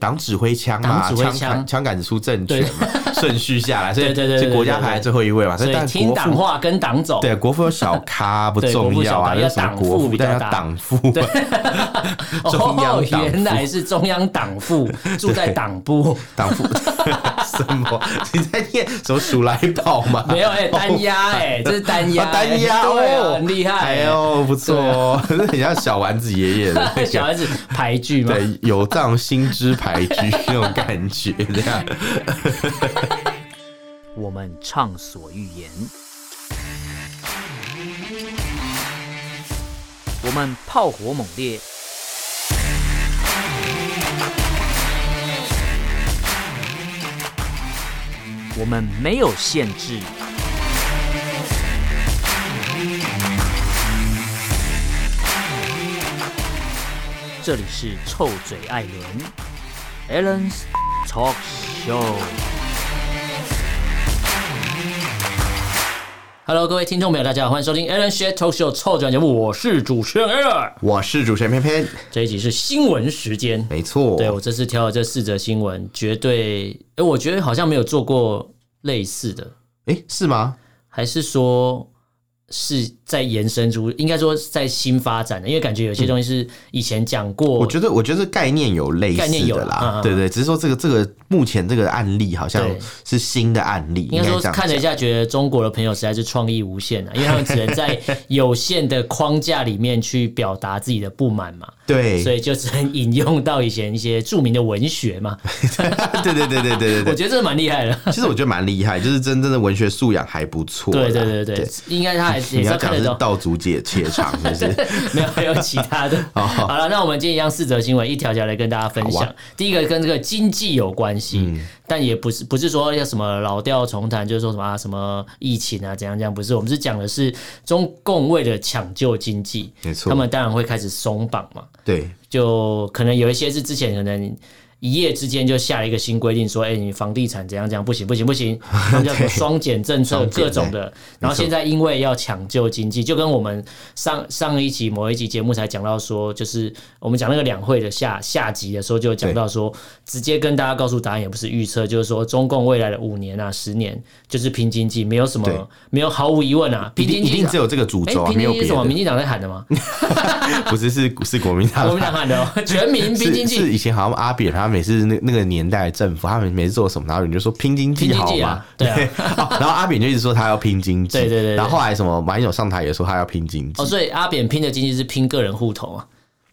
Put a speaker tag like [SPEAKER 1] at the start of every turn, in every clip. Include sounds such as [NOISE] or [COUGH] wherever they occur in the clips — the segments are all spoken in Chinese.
[SPEAKER 1] 党指挥枪嘛，
[SPEAKER 2] 党指挥
[SPEAKER 1] 枪
[SPEAKER 2] 枪
[SPEAKER 1] 杆枪杆子出政权嘛，顺序下
[SPEAKER 2] [LAUGHS]
[SPEAKER 1] 来，所以
[SPEAKER 2] 对对对对
[SPEAKER 1] 所以国家
[SPEAKER 2] 对对
[SPEAKER 1] 排在最后一位嘛，所
[SPEAKER 2] 所
[SPEAKER 1] 以
[SPEAKER 2] 以
[SPEAKER 1] 但
[SPEAKER 2] 听
[SPEAKER 1] 国
[SPEAKER 2] 党
[SPEAKER 1] 父
[SPEAKER 2] 话跟党走。
[SPEAKER 1] 对国父有小咖不
[SPEAKER 2] [LAUGHS] 对国
[SPEAKER 1] 重
[SPEAKER 2] 父
[SPEAKER 1] 要
[SPEAKER 2] 小
[SPEAKER 1] 啊，
[SPEAKER 2] 咖
[SPEAKER 1] 那
[SPEAKER 2] 要
[SPEAKER 1] 什么
[SPEAKER 2] 党
[SPEAKER 1] 国
[SPEAKER 2] 父
[SPEAKER 1] 父，
[SPEAKER 2] 比较
[SPEAKER 1] 但要
[SPEAKER 2] 大
[SPEAKER 1] 党父啊，中央
[SPEAKER 2] 哦， [LAUGHS]
[SPEAKER 1] 党
[SPEAKER 2] 原来
[SPEAKER 1] 父
[SPEAKER 2] 是中央党
[SPEAKER 1] [LAUGHS]
[SPEAKER 2] 父住在党部，
[SPEAKER 1] [LAUGHS] 党父 [LAUGHS] 什么？ [LAUGHS] 你在念什么鼠来宝哦吗？
[SPEAKER 2] [LAUGHS] 没有哎，
[SPEAKER 1] [LAUGHS]
[SPEAKER 2] 单压哎，这是单压
[SPEAKER 1] 啊
[SPEAKER 2] 哎，
[SPEAKER 1] 单压
[SPEAKER 2] [LAUGHS] 对啊
[SPEAKER 1] 哦，
[SPEAKER 2] 很厉害
[SPEAKER 1] 哎
[SPEAKER 2] 哎。
[SPEAKER 1] 呦，不错哦，这 [LAUGHS] 很像小丸子爷爷的那
[SPEAKER 2] [LAUGHS] 小
[SPEAKER 1] 个。
[SPEAKER 2] 孩子排剧嘛，
[SPEAKER 1] 哎对，有藏心之牌局那种感觉，这样
[SPEAKER 2] 我们畅所欲言；我们炮火猛烈；我们没有限制。这里是臭嘴艾伦 a l l e n s Talk Show。Hello，各位听众朋友，大家好，欢迎收听 Alan s h a t Talk Show 臭转节目，我是主持人 Alan。
[SPEAKER 1] 我是主持人偏偏，
[SPEAKER 2] 这一集是新闻时间，
[SPEAKER 1] 没错，
[SPEAKER 2] 对我这次挑的这四则新闻，绝对，哎、我觉得好像没有做过类似的，
[SPEAKER 1] 哎，是吗？
[SPEAKER 2] 还是说是在延伸出，应该说在新发展的，因为感觉有些东西是以前讲过，
[SPEAKER 1] 我觉得，我觉得概念有类
[SPEAKER 2] 概念
[SPEAKER 1] 似
[SPEAKER 2] 有
[SPEAKER 1] 的
[SPEAKER 2] 啦
[SPEAKER 1] 啦
[SPEAKER 2] 嗯，嗯
[SPEAKER 1] 对对，只是说这个这个目前这个案例好像
[SPEAKER 2] 对
[SPEAKER 1] 是新的案例，应
[SPEAKER 2] 应该说
[SPEAKER 1] 这样
[SPEAKER 2] 看了一
[SPEAKER 1] 讲。
[SPEAKER 2] 下，觉得中国的朋友实在是创意无限啊，因为他们只能在有限的框架里面去表达自己的不满嘛，
[SPEAKER 1] 对，
[SPEAKER 2] 所以就只能引用到以前一些著名的文学嘛。
[SPEAKER 1] [LAUGHS] 对对对对对对
[SPEAKER 2] 我 [LAUGHS]
[SPEAKER 1] 对。
[SPEAKER 2] 觉得这蛮厉害的。
[SPEAKER 1] 其实我觉得蛮厉害，就是真正的文学素养还不错
[SPEAKER 2] [LAUGHS]
[SPEAKER 1] 啦。
[SPEAKER 2] 对对对对对，应该他还是
[SPEAKER 1] 啊你
[SPEAKER 2] 也是
[SPEAKER 1] 要
[SPEAKER 2] 要看
[SPEAKER 1] 讲的
[SPEAKER 2] 得
[SPEAKER 1] 是
[SPEAKER 2] 懂。
[SPEAKER 1] 道阻解且长，是不是？
[SPEAKER 2] [LAUGHS] 没有，还有其
[SPEAKER 1] [LAUGHS]
[SPEAKER 2] 他的。好了，那我们今天一样四则新闻，一条条来跟大家分
[SPEAKER 1] 好
[SPEAKER 2] 享。
[SPEAKER 1] 啊嗯
[SPEAKER 2] 第一个跟这个经济有关系，但也不是不是说要什么老调重弹，就是说什么、啊、什么疫情啊怎样怎样，不是，我们是讲的是中共为了抢救经济，
[SPEAKER 1] 没错
[SPEAKER 2] 他们当然会开始松绑嘛，
[SPEAKER 1] 对
[SPEAKER 2] 就可能有一些是之前可能。一夜之间就下了一个新规定，说，哎、你房地产怎样怎样不行不行
[SPEAKER 1] [LAUGHS]
[SPEAKER 2] 不行，他们叫什么双减政策
[SPEAKER 1] 双减
[SPEAKER 2] 各种的。然后现在因为要抢救经济，就跟我们上上一集某一集节目才讲到说，就是我们讲那个两会的下下集的时候，就有讲到说，直接跟大家告诉答案也不是预测，就是说中共未来的五年啊、十年就是拼经济，没有什
[SPEAKER 1] 对
[SPEAKER 2] 么没有毫无疑问啊，
[SPEAKER 1] 一
[SPEAKER 2] 拼
[SPEAKER 1] 定
[SPEAKER 2] 经
[SPEAKER 1] 一
[SPEAKER 2] 济
[SPEAKER 1] 定只
[SPEAKER 2] 是。
[SPEAKER 1] 有这个主
[SPEAKER 2] 哎
[SPEAKER 1] 轴，啊，，
[SPEAKER 2] 拼
[SPEAKER 1] 没有
[SPEAKER 2] 经济
[SPEAKER 1] 别
[SPEAKER 2] 是什么？民
[SPEAKER 1] 的。
[SPEAKER 2] 进党在喊的吗？
[SPEAKER 1] 不是是是国民
[SPEAKER 2] 国
[SPEAKER 1] 党
[SPEAKER 2] 民。党喊的哦，
[SPEAKER 1] [LAUGHS]
[SPEAKER 2] 全民拼
[SPEAKER 1] 是
[SPEAKER 2] 经济
[SPEAKER 1] 是。以前好像阿扁他每次那那个年代的政府，他们每次做什么，然后你就说拼经济
[SPEAKER 2] 拼经
[SPEAKER 1] 好
[SPEAKER 2] 济
[SPEAKER 1] 吗
[SPEAKER 2] 啊？对啊
[SPEAKER 1] [LAUGHS] 哦然后阿扁就一直说他要拼经济，
[SPEAKER 2] 对对对对
[SPEAKER 1] 然后后来什么马英九上台也说他要拼经济
[SPEAKER 2] 哦，，所以阿扁拼的经济是拼个人户头啊，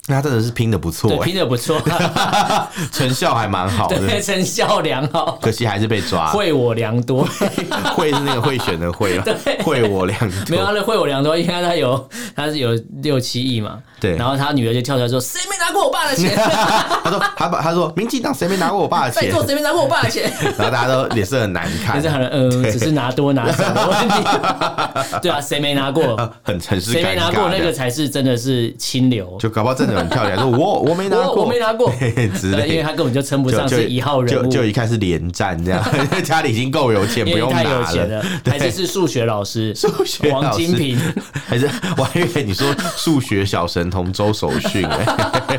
[SPEAKER 1] 那他真的是拼的不错
[SPEAKER 2] 对，，拼的不错，
[SPEAKER 1] 哎成效还蛮好
[SPEAKER 2] [LAUGHS] 对，
[SPEAKER 1] 的，
[SPEAKER 2] 成效良好，
[SPEAKER 1] 可惜还是被抓。
[SPEAKER 2] 惠我良多。
[SPEAKER 1] 会是那个贿选的
[SPEAKER 2] [LAUGHS]
[SPEAKER 1] 贿，贿我两
[SPEAKER 2] 没有，
[SPEAKER 1] 头。
[SPEAKER 2] 啊他的惠我良多，因为他有他是有六七亿嘛，
[SPEAKER 1] 对
[SPEAKER 2] 然后他女儿就跳出来说：“谁没拿过我爸的钱？
[SPEAKER 1] 他说他把他说民进党谁没拿过我爸的
[SPEAKER 2] 在
[SPEAKER 1] 钱，
[SPEAKER 2] 座谁没拿过我爸的钱？”
[SPEAKER 1] 然后大家都脸色很难看
[SPEAKER 2] 可是，很嗯，只是拿多拿少的问题。对啊，谁没拿过？
[SPEAKER 1] 呃很很是
[SPEAKER 2] 谁
[SPEAKER 1] 尴
[SPEAKER 2] 没拿
[SPEAKER 1] 尬
[SPEAKER 2] 过
[SPEAKER 1] 的。
[SPEAKER 2] 那个才是真的是清流。
[SPEAKER 1] 就搞不好真的有人跳起来说我我没拿
[SPEAKER 2] 我
[SPEAKER 1] 过，
[SPEAKER 2] 我没拿过
[SPEAKER 1] [LAUGHS] 之
[SPEAKER 2] 对，因
[SPEAKER 1] 类
[SPEAKER 2] 为
[SPEAKER 1] 的。
[SPEAKER 2] 他根本就称不
[SPEAKER 1] 就
[SPEAKER 2] 上
[SPEAKER 1] 就是
[SPEAKER 2] 一号人
[SPEAKER 1] 就
[SPEAKER 2] 物，
[SPEAKER 1] 就一看是连战
[SPEAKER 2] [LAUGHS]
[SPEAKER 1] 这样，家里已经够有钱，不
[SPEAKER 2] 因为
[SPEAKER 1] 用
[SPEAKER 2] 太
[SPEAKER 1] 拿
[SPEAKER 2] 有钱了，还是
[SPEAKER 1] 对，
[SPEAKER 2] 是数学老师，
[SPEAKER 1] 数学老
[SPEAKER 2] 王
[SPEAKER 1] 师
[SPEAKER 2] 金平，
[SPEAKER 1] 还是我还以为你说数学小神童周守训，哎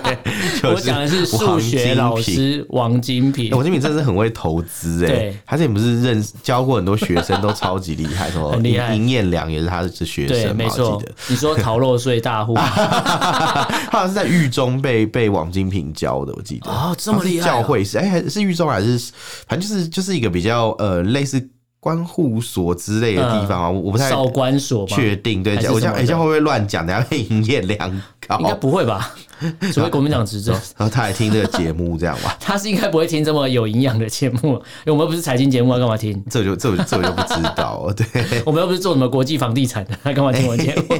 [SPEAKER 1] [LAUGHS] 就
[SPEAKER 2] 我讲的是数学老
[SPEAKER 1] 王金平。
[SPEAKER 2] 师王金平
[SPEAKER 1] 哎。王金平真的是很会投资哎
[SPEAKER 2] 对，
[SPEAKER 1] 他之前不是认识教过很多学生，都超级厉害，什么
[SPEAKER 2] 很厉害
[SPEAKER 1] 林林彦良也是他是学
[SPEAKER 2] 对，
[SPEAKER 1] 生嘛，
[SPEAKER 2] 没
[SPEAKER 1] 我
[SPEAKER 2] 错
[SPEAKER 1] 记得。，啊
[SPEAKER 2] 你说逃漏税大户
[SPEAKER 1] 他好像是在狱中被被王金平教的，我记得。
[SPEAKER 2] 哦，这么厉害
[SPEAKER 1] 教
[SPEAKER 2] 哦，
[SPEAKER 1] 会是哎、还是狱中还是反正就是就是一个比较呃类似关护所之类的地方啊，我我不太
[SPEAKER 2] 少管所呃吧？
[SPEAKER 1] 确定。对
[SPEAKER 2] 还，是
[SPEAKER 1] 我这样
[SPEAKER 2] 什么的
[SPEAKER 1] 哎这样会不会乱讲？等下被营业良高，
[SPEAKER 2] 应该不会
[SPEAKER 1] [LAUGHS]
[SPEAKER 2] 吧？除非国民党执政，。
[SPEAKER 1] 然后他来听这个节目这样吧
[SPEAKER 2] [LAUGHS] 他是应该不会听这么有营养的节目，啊因为我们又不是财经节目，他干嘛听？
[SPEAKER 1] 这我就这我就这我就不知道了，对
[SPEAKER 2] 我们又不是做什么国际房地产的，他干嘛听我节
[SPEAKER 1] [LAUGHS]
[SPEAKER 2] 目？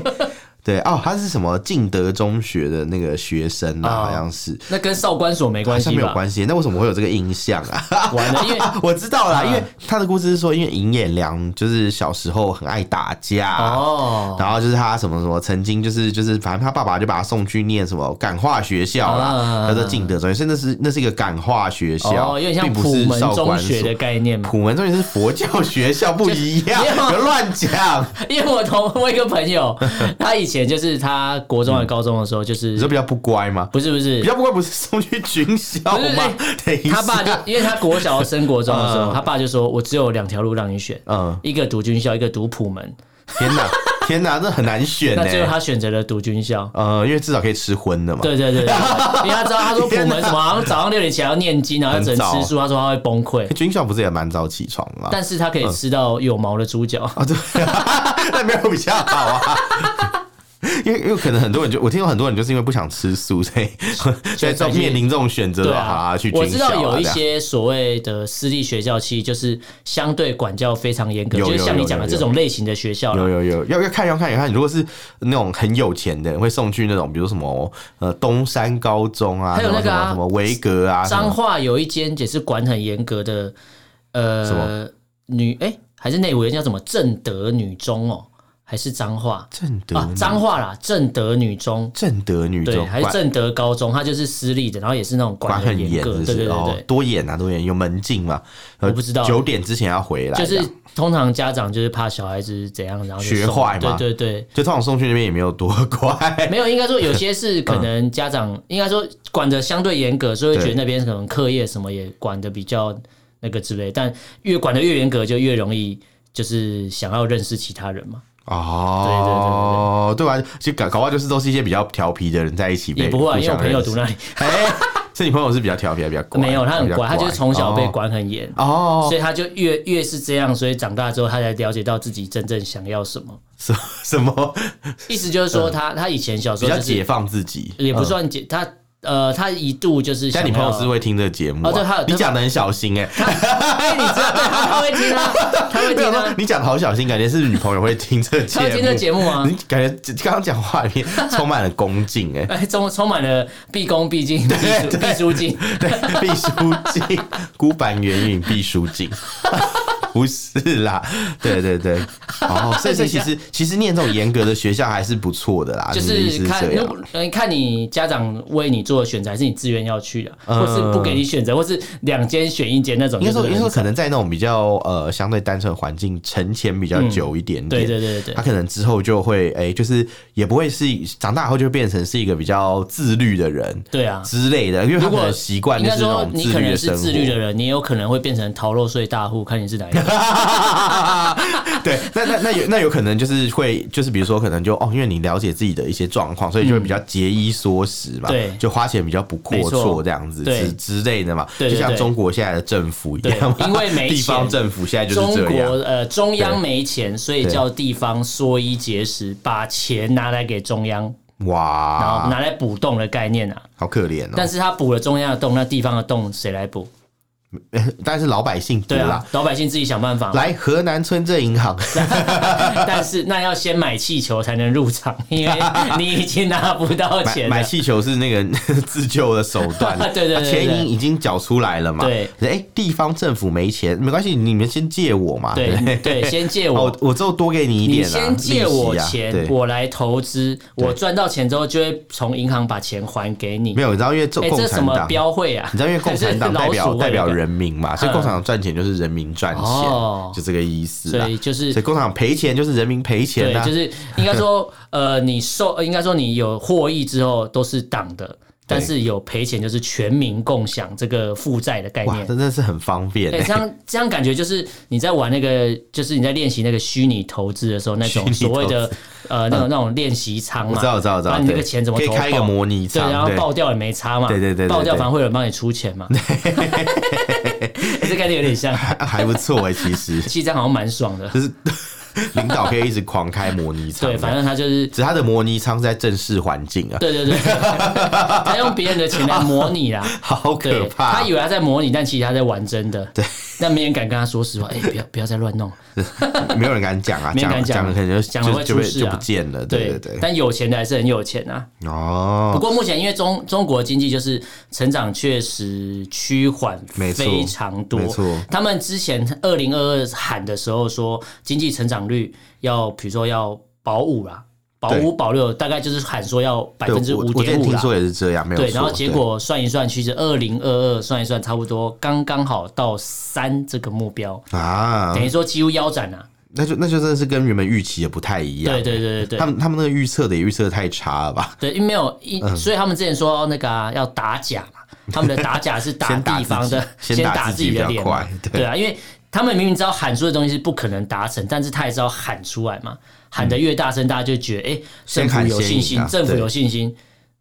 [SPEAKER 1] 对哦，他是什么敬德中学的那个学生啊，
[SPEAKER 2] 哦
[SPEAKER 1] 好像是，
[SPEAKER 2] 那跟少管所没关
[SPEAKER 1] 好像
[SPEAKER 2] 系
[SPEAKER 1] 没有
[SPEAKER 2] 吧？
[SPEAKER 1] 关系，那为什么会有这个印象啊？
[SPEAKER 2] 完了，因
[SPEAKER 1] [LAUGHS]
[SPEAKER 2] 为
[SPEAKER 1] 啊我知道啦，
[SPEAKER 2] 啊
[SPEAKER 1] 因为他的故事是说，因为尹衍良就是小时候很爱打架，
[SPEAKER 2] 哦，
[SPEAKER 1] 然后就是他什么什么，曾经就是就是，反正他爸爸就把他送去念什么感化学校啦，
[SPEAKER 2] 啊
[SPEAKER 1] 叫做敬德中学，所以那是那是一个感化学校，
[SPEAKER 2] 哦，有点像
[SPEAKER 1] 并不
[SPEAKER 2] 普
[SPEAKER 1] 是
[SPEAKER 2] 门
[SPEAKER 1] 少
[SPEAKER 2] 中
[SPEAKER 1] 管所
[SPEAKER 2] 学的。概念
[SPEAKER 1] [LAUGHS]
[SPEAKER 2] 嘛。
[SPEAKER 1] 普门中学是佛
[SPEAKER 2] [LAUGHS]
[SPEAKER 1] 教学校，不一样，
[SPEAKER 2] 没有 [LAUGHS]
[SPEAKER 1] 别乱讲。 [LAUGHS]
[SPEAKER 2] 因为我同我一个朋友，他以前就是他国中还高中的时候，就是
[SPEAKER 1] 你说比较不乖吗？
[SPEAKER 2] 不是不是
[SPEAKER 1] 比较不乖不是送去军校
[SPEAKER 2] 不是
[SPEAKER 1] 吗？等一
[SPEAKER 2] 他爸就
[SPEAKER 1] 下，
[SPEAKER 2] 因为他国小升国中的时
[SPEAKER 1] [LAUGHS] 嗯
[SPEAKER 2] 候，他爸就说：“我只有两条路让你选，
[SPEAKER 1] 嗯，
[SPEAKER 2] 一个读军校，一个读普门。
[SPEAKER 1] 天哪，天哪，这很难”选
[SPEAKER 2] [LAUGHS] 那最后
[SPEAKER 1] 呢。
[SPEAKER 2] 他选择了读
[SPEAKER 1] [LAUGHS]
[SPEAKER 2] 军校。
[SPEAKER 1] 呃，因为至少可以吃荤的嘛。
[SPEAKER 2] 对对对，对
[SPEAKER 1] [LAUGHS]
[SPEAKER 2] 因为他知道他说普门什么，好像早上六点起来要念经，然后
[SPEAKER 1] 嗯
[SPEAKER 2] 只能吃素，他说他会
[SPEAKER 1] [LAUGHS]
[SPEAKER 2] 崩溃，
[SPEAKER 1] 军校不是也蛮早起床的吗？
[SPEAKER 2] 但是
[SPEAKER 1] 嗯
[SPEAKER 2] 他可以吃到有毛的
[SPEAKER 1] [LAUGHS]
[SPEAKER 2] 猪脚。
[SPEAKER 1] 啊， [LAUGHS] 对，那没有比较好啊。因为因为可能很多人就我听到很多人就是因为不想吃素，所以所以在面临这种选择
[SPEAKER 2] 对
[SPEAKER 1] 的话，好
[SPEAKER 2] 啊
[SPEAKER 1] 啊去，
[SPEAKER 2] 我
[SPEAKER 1] 军
[SPEAKER 2] 知
[SPEAKER 1] 校啊。
[SPEAKER 2] 道有一
[SPEAKER 1] 这样
[SPEAKER 2] 些所谓的私立学校，其实就是相对管教非常严格，
[SPEAKER 1] 有
[SPEAKER 2] 就是
[SPEAKER 1] 有
[SPEAKER 2] 像你
[SPEAKER 1] 有
[SPEAKER 2] 讲的
[SPEAKER 1] 有
[SPEAKER 2] 这种类型的学校啦
[SPEAKER 1] 有有有要要看要看要看，如果是那种很有钱的人，会送去那种比如什么呃东山高中啊，
[SPEAKER 2] 还有那个啊
[SPEAKER 1] 什么什么什么维格啊，什
[SPEAKER 2] 彰
[SPEAKER 1] 么
[SPEAKER 2] 化有一间也是管很严格的，
[SPEAKER 1] 什
[SPEAKER 2] 呃
[SPEAKER 1] 么，
[SPEAKER 2] 女哎、还是内湖有一间叫什么正德女中哦，还是彰化
[SPEAKER 1] 正德
[SPEAKER 2] 啊
[SPEAKER 1] 女
[SPEAKER 2] 彰化啦，正德女中
[SPEAKER 1] 正德女
[SPEAKER 2] 对，
[SPEAKER 1] 中
[SPEAKER 2] 还是
[SPEAKER 1] 管
[SPEAKER 2] 正德高中，它就是私立的，然后也是那种
[SPEAKER 1] 管
[SPEAKER 2] 管
[SPEAKER 1] 很
[SPEAKER 2] 严
[SPEAKER 1] 严，
[SPEAKER 2] 格，
[SPEAKER 1] 是不
[SPEAKER 2] 对
[SPEAKER 1] 是
[SPEAKER 2] 对对
[SPEAKER 1] 哦
[SPEAKER 2] 对，
[SPEAKER 1] 多严啊多严，有门禁嘛？呃
[SPEAKER 2] 我不知道
[SPEAKER 1] 九点之前要回来，
[SPEAKER 2] 就是
[SPEAKER 1] 这样
[SPEAKER 2] 通常家长就是怕小孩子怎样，然后就
[SPEAKER 1] 学
[SPEAKER 2] 送
[SPEAKER 1] 坏吗
[SPEAKER 2] 对对对，
[SPEAKER 1] 就通常送去那边也没有多乖，
[SPEAKER 2] 没有，应该说有些
[SPEAKER 1] 嗯
[SPEAKER 2] 是可能家长应该说管的相对严格，所以会觉
[SPEAKER 1] 对
[SPEAKER 2] 得那边可能课业什么也管的比较那个之类，但越管的越严格，就越容易就是想要认识其他人嘛，
[SPEAKER 1] 哦，对吧？其实搞搞不好就是都是一些比较调皮的人在一起被
[SPEAKER 2] 也不会啊，
[SPEAKER 1] 互
[SPEAKER 2] 因为我
[SPEAKER 1] 相
[SPEAKER 2] 朋友
[SPEAKER 1] 认识
[SPEAKER 2] 读那里 [LAUGHS]
[SPEAKER 1] 哎，是你朋友是比较调皮，还比较乖？
[SPEAKER 2] 没有，他很
[SPEAKER 1] 比较
[SPEAKER 2] 乖，他就是从小被
[SPEAKER 1] 哦
[SPEAKER 2] 管很严。
[SPEAKER 1] 哦，
[SPEAKER 2] 所以他就越越是这样，所以长大之后他才了解到自己真正想要什么。
[SPEAKER 1] 什什么
[SPEAKER 2] 意思就是说他，他以前小时
[SPEAKER 1] 嗯比
[SPEAKER 2] 候
[SPEAKER 1] 较
[SPEAKER 2] 就是
[SPEAKER 1] 解放自己，
[SPEAKER 2] 也不
[SPEAKER 1] 嗯。
[SPEAKER 2] 算解，他呃他一度就是
[SPEAKER 1] 像
[SPEAKER 2] 想要
[SPEAKER 1] 你朋友是会听这个节目啊，
[SPEAKER 2] 哦对他有
[SPEAKER 1] 你讲的很小心哎，
[SPEAKER 2] 哎，你知道对他他会听
[SPEAKER 1] [LAUGHS]
[SPEAKER 2] 啊，他会
[SPEAKER 1] 对
[SPEAKER 2] 听
[SPEAKER 1] 啊
[SPEAKER 2] 啊，
[SPEAKER 1] 你讲的好小心，感觉是不是女朋友会听这个节
[SPEAKER 2] 他会
[SPEAKER 1] 目，
[SPEAKER 2] 听这节目啊。
[SPEAKER 1] 你感觉刚刚讲话里面充满了恭敬哎，
[SPEAKER 2] 哎，充充满了毕恭毕 [LAUGHS] 敬、毕书毕书尽，
[SPEAKER 1] [LAUGHS] 对，啊毕书尽，孤板圆影毕书尽。 [LAUGHS] 不是啦，对对对，哦，所以所以其实其实念这种严格的学校还是不错的啦，
[SPEAKER 2] 就
[SPEAKER 1] 你的意思
[SPEAKER 2] 是
[SPEAKER 1] 是
[SPEAKER 2] 看
[SPEAKER 1] 这样
[SPEAKER 2] 如。呃看你家长为你做的选择，还是你自愿要去的，或是不给你选择，或是两间选一间那种。
[SPEAKER 1] 呃应该说，
[SPEAKER 2] 就
[SPEAKER 1] 应
[SPEAKER 2] 是
[SPEAKER 1] 该
[SPEAKER 2] 很
[SPEAKER 1] 说，可能在那种比较呃相对单纯的环境沉潜比较久一点点，
[SPEAKER 2] 嗯对对对对
[SPEAKER 1] 他
[SPEAKER 2] 对，
[SPEAKER 1] 可能之后就会哎、就是也不会是长大后就变成是一个比较自律的人
[SPEAKER 2] 对啊。
[SPEAKER 1] 之类的，因为他
[SPEAKER 2] 如
[SPEAKER 1] 可
[SPEAKER 2] 果
[SPEAKER 1] 能习惯
[SPEAKER 2] 应
[SPEAKER 1] 就
[SPEAKER 2] 该
[SPEAKER 1] 是那
[SPEAKER 2] 说
[SPEAKER 1] 种
[SPEAKER 2] 你
[SPEAKER 1] 自
[SPEAKER 2] 可
[SPEAKER 1] 律
[SPEAKER 2] 能
[SPEAKER 1] 的
[SPEAKER 2] 是
[SPEAKER 1] 生
[SPEAKER 2] 自律的
[SPEAKER 1] 活。
[SPEAKER 2] 人，你也有可能会变成逃漏税大户，看你是哪一
[SPEAKER 1] [LAUGHS]
[SPEAKER 2] 个。
[SPEAKER 1] 对，那那那有那有可能就是会就是比如说可能就哦，因为你了解自己的一些状况，所以就会比较节衣缩食嘛，
[SPEAKER 2] 嗯对
[SPEAKER 1] 就花钱比较不阔
[SPEAKER 2] 没错
[SPEAKER 1] 绰这样子
[SPEAKER 2] 对
[SPEAKER 1] 之之类的嘛，
[SPEAKER 2] 对对
[SPEAKER 1] 就像
[SPEAKER 2] 对
[SPEAKER 1] 中国现在的政府一样嘛，
[SPEAKER 2] 对因为没
[SPEAKER 1] [LAUGHS] 地方
[SPEAKER 2] 钱
[SPEAKER 1] 政府现在 [LAUGHS] 就是
[SPEAKER 2] 中
[SPEAKER 1] 这
[SPEAKER 2] 国
[SPEAKER 1] 样，
[SPEAKER 2] 呃中央
[SPEAKER 1] 对
[SPEAKER 2] 没钱，所以
[SPEAKER 1] 对
[SPEAKER 2] 叫地方缩衣节食，把钱拿来给中央，然后
[SPEAKER 1] 哇，
[SPEAKER 2] 拿来补洞的概念啊。
[SPEAKER 1] 好可怜哦。
[SPEAKER 2] 但是他补了中央的洞，那地方的洞谁来补？
[SPEAKER 1] 但是老百姓多
[SPEAKER 2] 对
[SPEAKER 1] 啦
[SPEAKER 2] 啊，，老百姓自己想办法。
[SPEAKER 1] 来河南村镇银行，
[SPEAKER 2] 但是那要先买气球才能入场，
[SPEAKER 1] [LAUGHS]
[SPEAKER 2] 因为你已经拿不到
[SPEAKER 1] 买
[SPEAKER 2] 钱
[SPEAKER 1] 买
[SPEAKER 2] 了。
[SPEAKER 1] 气球是那个 [LAUGHS] 自救的手段，
[SPEAKER 2] [LAUGHS] 对对对对
[SPEAKER 1] 钱已已经缴出来了嘛。
[SPEAKER 2] 对，
[SPEAKER 1] 哎、地方政府没钱，没关系，你们先借我嘛。不
[SPEAKER 2] 对对，
[SPEAKER 1] [LAUGHS]
[SPEAKER 2] 先借
[SPEAKER 1] 哦
[SPEAKER 2] 我，
[SPEAKER 1] 我之后多给你一
[SPEAKER 2] 你
[SPEAKER 1] 点啊，
[SPEAKER 2] 先借我
[SPEAKER 1] 利息啊
[SPEAKER 2] 钱，
[SPEAKER 1] 对，
[SPEAKER 2] 我来投资，我赚到钱之后就会从银行把钱还给你
[SPEAKER 1] 没。有，你知道，因为共
[SPEAKER 2] 哎，这
[SPEAKER 1] 共
[SPEAKER 2] 什
[SPEAKER 1] 产
[SPEAKER 2] 么
[SPEAKER 1] 党，
[SPEAKER 2] 标会啊？
[SPEAKER 1] 你知道，因为共产党
[SPEAKER 2] 这是
[SPEAKER 1] 代表
[SPEAKER 2] 老鼠会
[SPEAKER 1] 代表
[SPEAKER 2] 的
[SPEAKER 1] 人民嘛，所以
[SPEAKER 2] 嗯
[SPEAKER 1] 共产党赚钱就是人民赚钱，
[SPEAKER 2] 哦
[SPEAKER 1] 就这个意思
[SPEAKER 2] 感觉，
[SPEAKER 1] 啦
[SPEAKER 2] 所。以就是
[SPEAKER 1] 所以共产党赔钱就是人民赔钱
[SPEAKER 2] 对，
[SPEAKER 1] 啊，
[SPEAKER 2] 就是应该说， [LAUGHS] 呃，你受，呃应该说你有获益之后都是党的，但是有赔钱就是全民共享这个负债的概
[SPEAKER 1] 哇，
[SPEAKER 2] 念。
[SPEAKER 1] 真的是很方便、
[SPEAKER 2] 哎、
[SPEAKER 1] 欸。
[SPEAKER 2] 这样这样感觉就是你在玩那个，就是你在练习那个虚拟投资的时候，那种
[SPEAKER 1] 虚拟投资嗯
[SPEAKER 2] 所谓的呃那种那种练习仓
[SPEAKER 1] 我
[SPEAKER 2] 嘛
[SPEAKER 1] 知，道，我知道，我知
[SPEAKER 2] 把
[SPEAKER 1] 道，
[SPEAKER 2] 你那个
[SPEAKER 1] 对
[SPEAKER 2] 钱怎么
[SPEAKER 1] 可以
[SPEAKER 2] 投
[SPEAKER 1] 开一个
[SPEAKER 2] 放
[SPEAKER 1] 模拟
[SPEAKER 2] 对，
[SPEAKER 1] 仓，
[SPEAKER 2] 然后
[SPEAKER 1] 对
[SPEAKER 2] 爆掉也没差嘛，
[SPEAKER 1] 对对对对
[SPEAKER 2] 爆掉
[SPEAKER 1] 对
[SPEAKER 2] 反而会有人帮你出
[SPEAKER 1] [LAUGHS]
[SPEAKER 2] 钱嘛，这概念有点
[SPEAKER 1] [LAUGHS]
[SPEAKER 2] 像，
[SPEAKER 1] 还还不错哎、其
[SPEAKER 2] [LAUGHS]
[SPEAKER 1] 实
[SPEAKER 2] 其实这样好像蛮爽的。
[SPEAKER 1] 就是领导可以一直狂开模拟仓，
[SPEAKER 2] 对，反正他就是
[SPEAKER 1] 只是他的模拟仓是在正式环境啊，
[SPEAKER 2] 对对
[SPEAKER 1] [LAUGHS]
[SPEAKER 2] 对，他用别人的钱来模拟啦。
[SPEAKER 1] 好
[SPEAKER 2] 对
[SPEAKER 1] 可，怕
[SPEAKER 2] 他。以为他在模拟，但其实他在玩真的。对，但没人敢跟他说实话，哎、不要不要再乱弄。
[SPEAKER 1] [LAUGHS] 没有人敢讲啊，
[SPEAKER 2] 没人
[SPEAKER 1] 讲
[SPEAKER 2] 敢讲
[SPEAKER 1] 讲了可能就
[SPEAKER 2] 讲了
[SPEAKER 1] 就
[SPEAKER 2] 会
[SPEAKER 1] 就
[SPEAKER 2] 出
[SPEAKER 1] 被
[SPEAKER 2] 事
[SPEAKER 1] 就
[SPEAKER 2] 啊
[SPEAKER 1] 不见了，对对
[SPEAKER 2] 但有钱的还是很有钱啊。
[SPEAKER 1] 对，
[SPEAKER 2] 不
[SPEAKER 1] 哦，
[SPEAKER 2] 过目前因为中中国经济就是成长确实趋缓，
[SPEAKER 1] 没错
[SPEAKER 2] 非常多
[SPEAKER 1] 没错。
[SPEAKER 2] 他们之前二零二二喊的时候说经济成长率要，比如说要保五啦，保
[SPEAKER 1] 对
[SPEAKER 2] 五保六，大概就是喊说要百
[SPEAKER 1] 对，
[SPEAKER 2] 分之
[SPEAKER 1] 我
[SPEAKER 2] 五
[SPEAKER 1] 我之
[SPEAKER 2] 点
[SPEAKER 1] 前
[SPEAKER 2] 五
[SPEAKER 1] 听
[SPEAKER 2] 啦。
[SPEAKER 1] 说也是这样，没有
[SPEAKER 2] 对，
[SPEAKER 1] 错，
[SPEAKER 2] 然后结果算一算，其实二零二二算一算，差不多刚刚好到三这个目标，
[SPEAKER 1] 对啊
[SPEAKER 2] 等，于说几乎腰斩啊。
[SPEAKER 1] 那就那就真的是跟原本预期也不太一样。
[SPEAKER 2] 对对对对
[SPEAKER 1] 他
[SPEAKER 2] 对
[SPEAKER 1] 们他们那个预测的也预测的太差了吧？
[SPEAKER 2] 对，因为没有一，
[SPEAKER 1] 嗯
[SPEAKER 2] 所以他们之前说那个啊要打假
[SPEAKER 1] [LAUGHS]
[SPEAKER 2] 嘛，他们的打假是 [LAUGHS] 打
[SPEAKER 1] 先打
[SPEAKER 2] 地方的，
[SPEAKER 1] 自己 [LAUGHS] 先打自
[SPEAKER 2] 自
[SPEAKER 1] 己
[SPEAKER 2] 己的
[SPEAKER 1] 比较
[SPEAKER 2] 脸嘛
[SPEAKER 1] 快，对
[SPEAKER 2] 对啊，因为他们明明知道喊出的东西是不可能达成，但是他也知道喊出来嘛，喊得越大声，大家就觉得哎、诶
[SPEAKER 1] 嗯先
[SPEAKER 2] 政
[SPEAKER 1] 喊
[SPEAKER 2] 府有
[SPEAKER 1] 先
[SPEAKER 2] 信
[SPEAKER 1] 赢
[SPEAKER 2] 心
[SPEAKER 1] 啊，
[SPEAKER 2] 政府
[SPEAKER 1] 对
[SPEAKER 2] 有信心。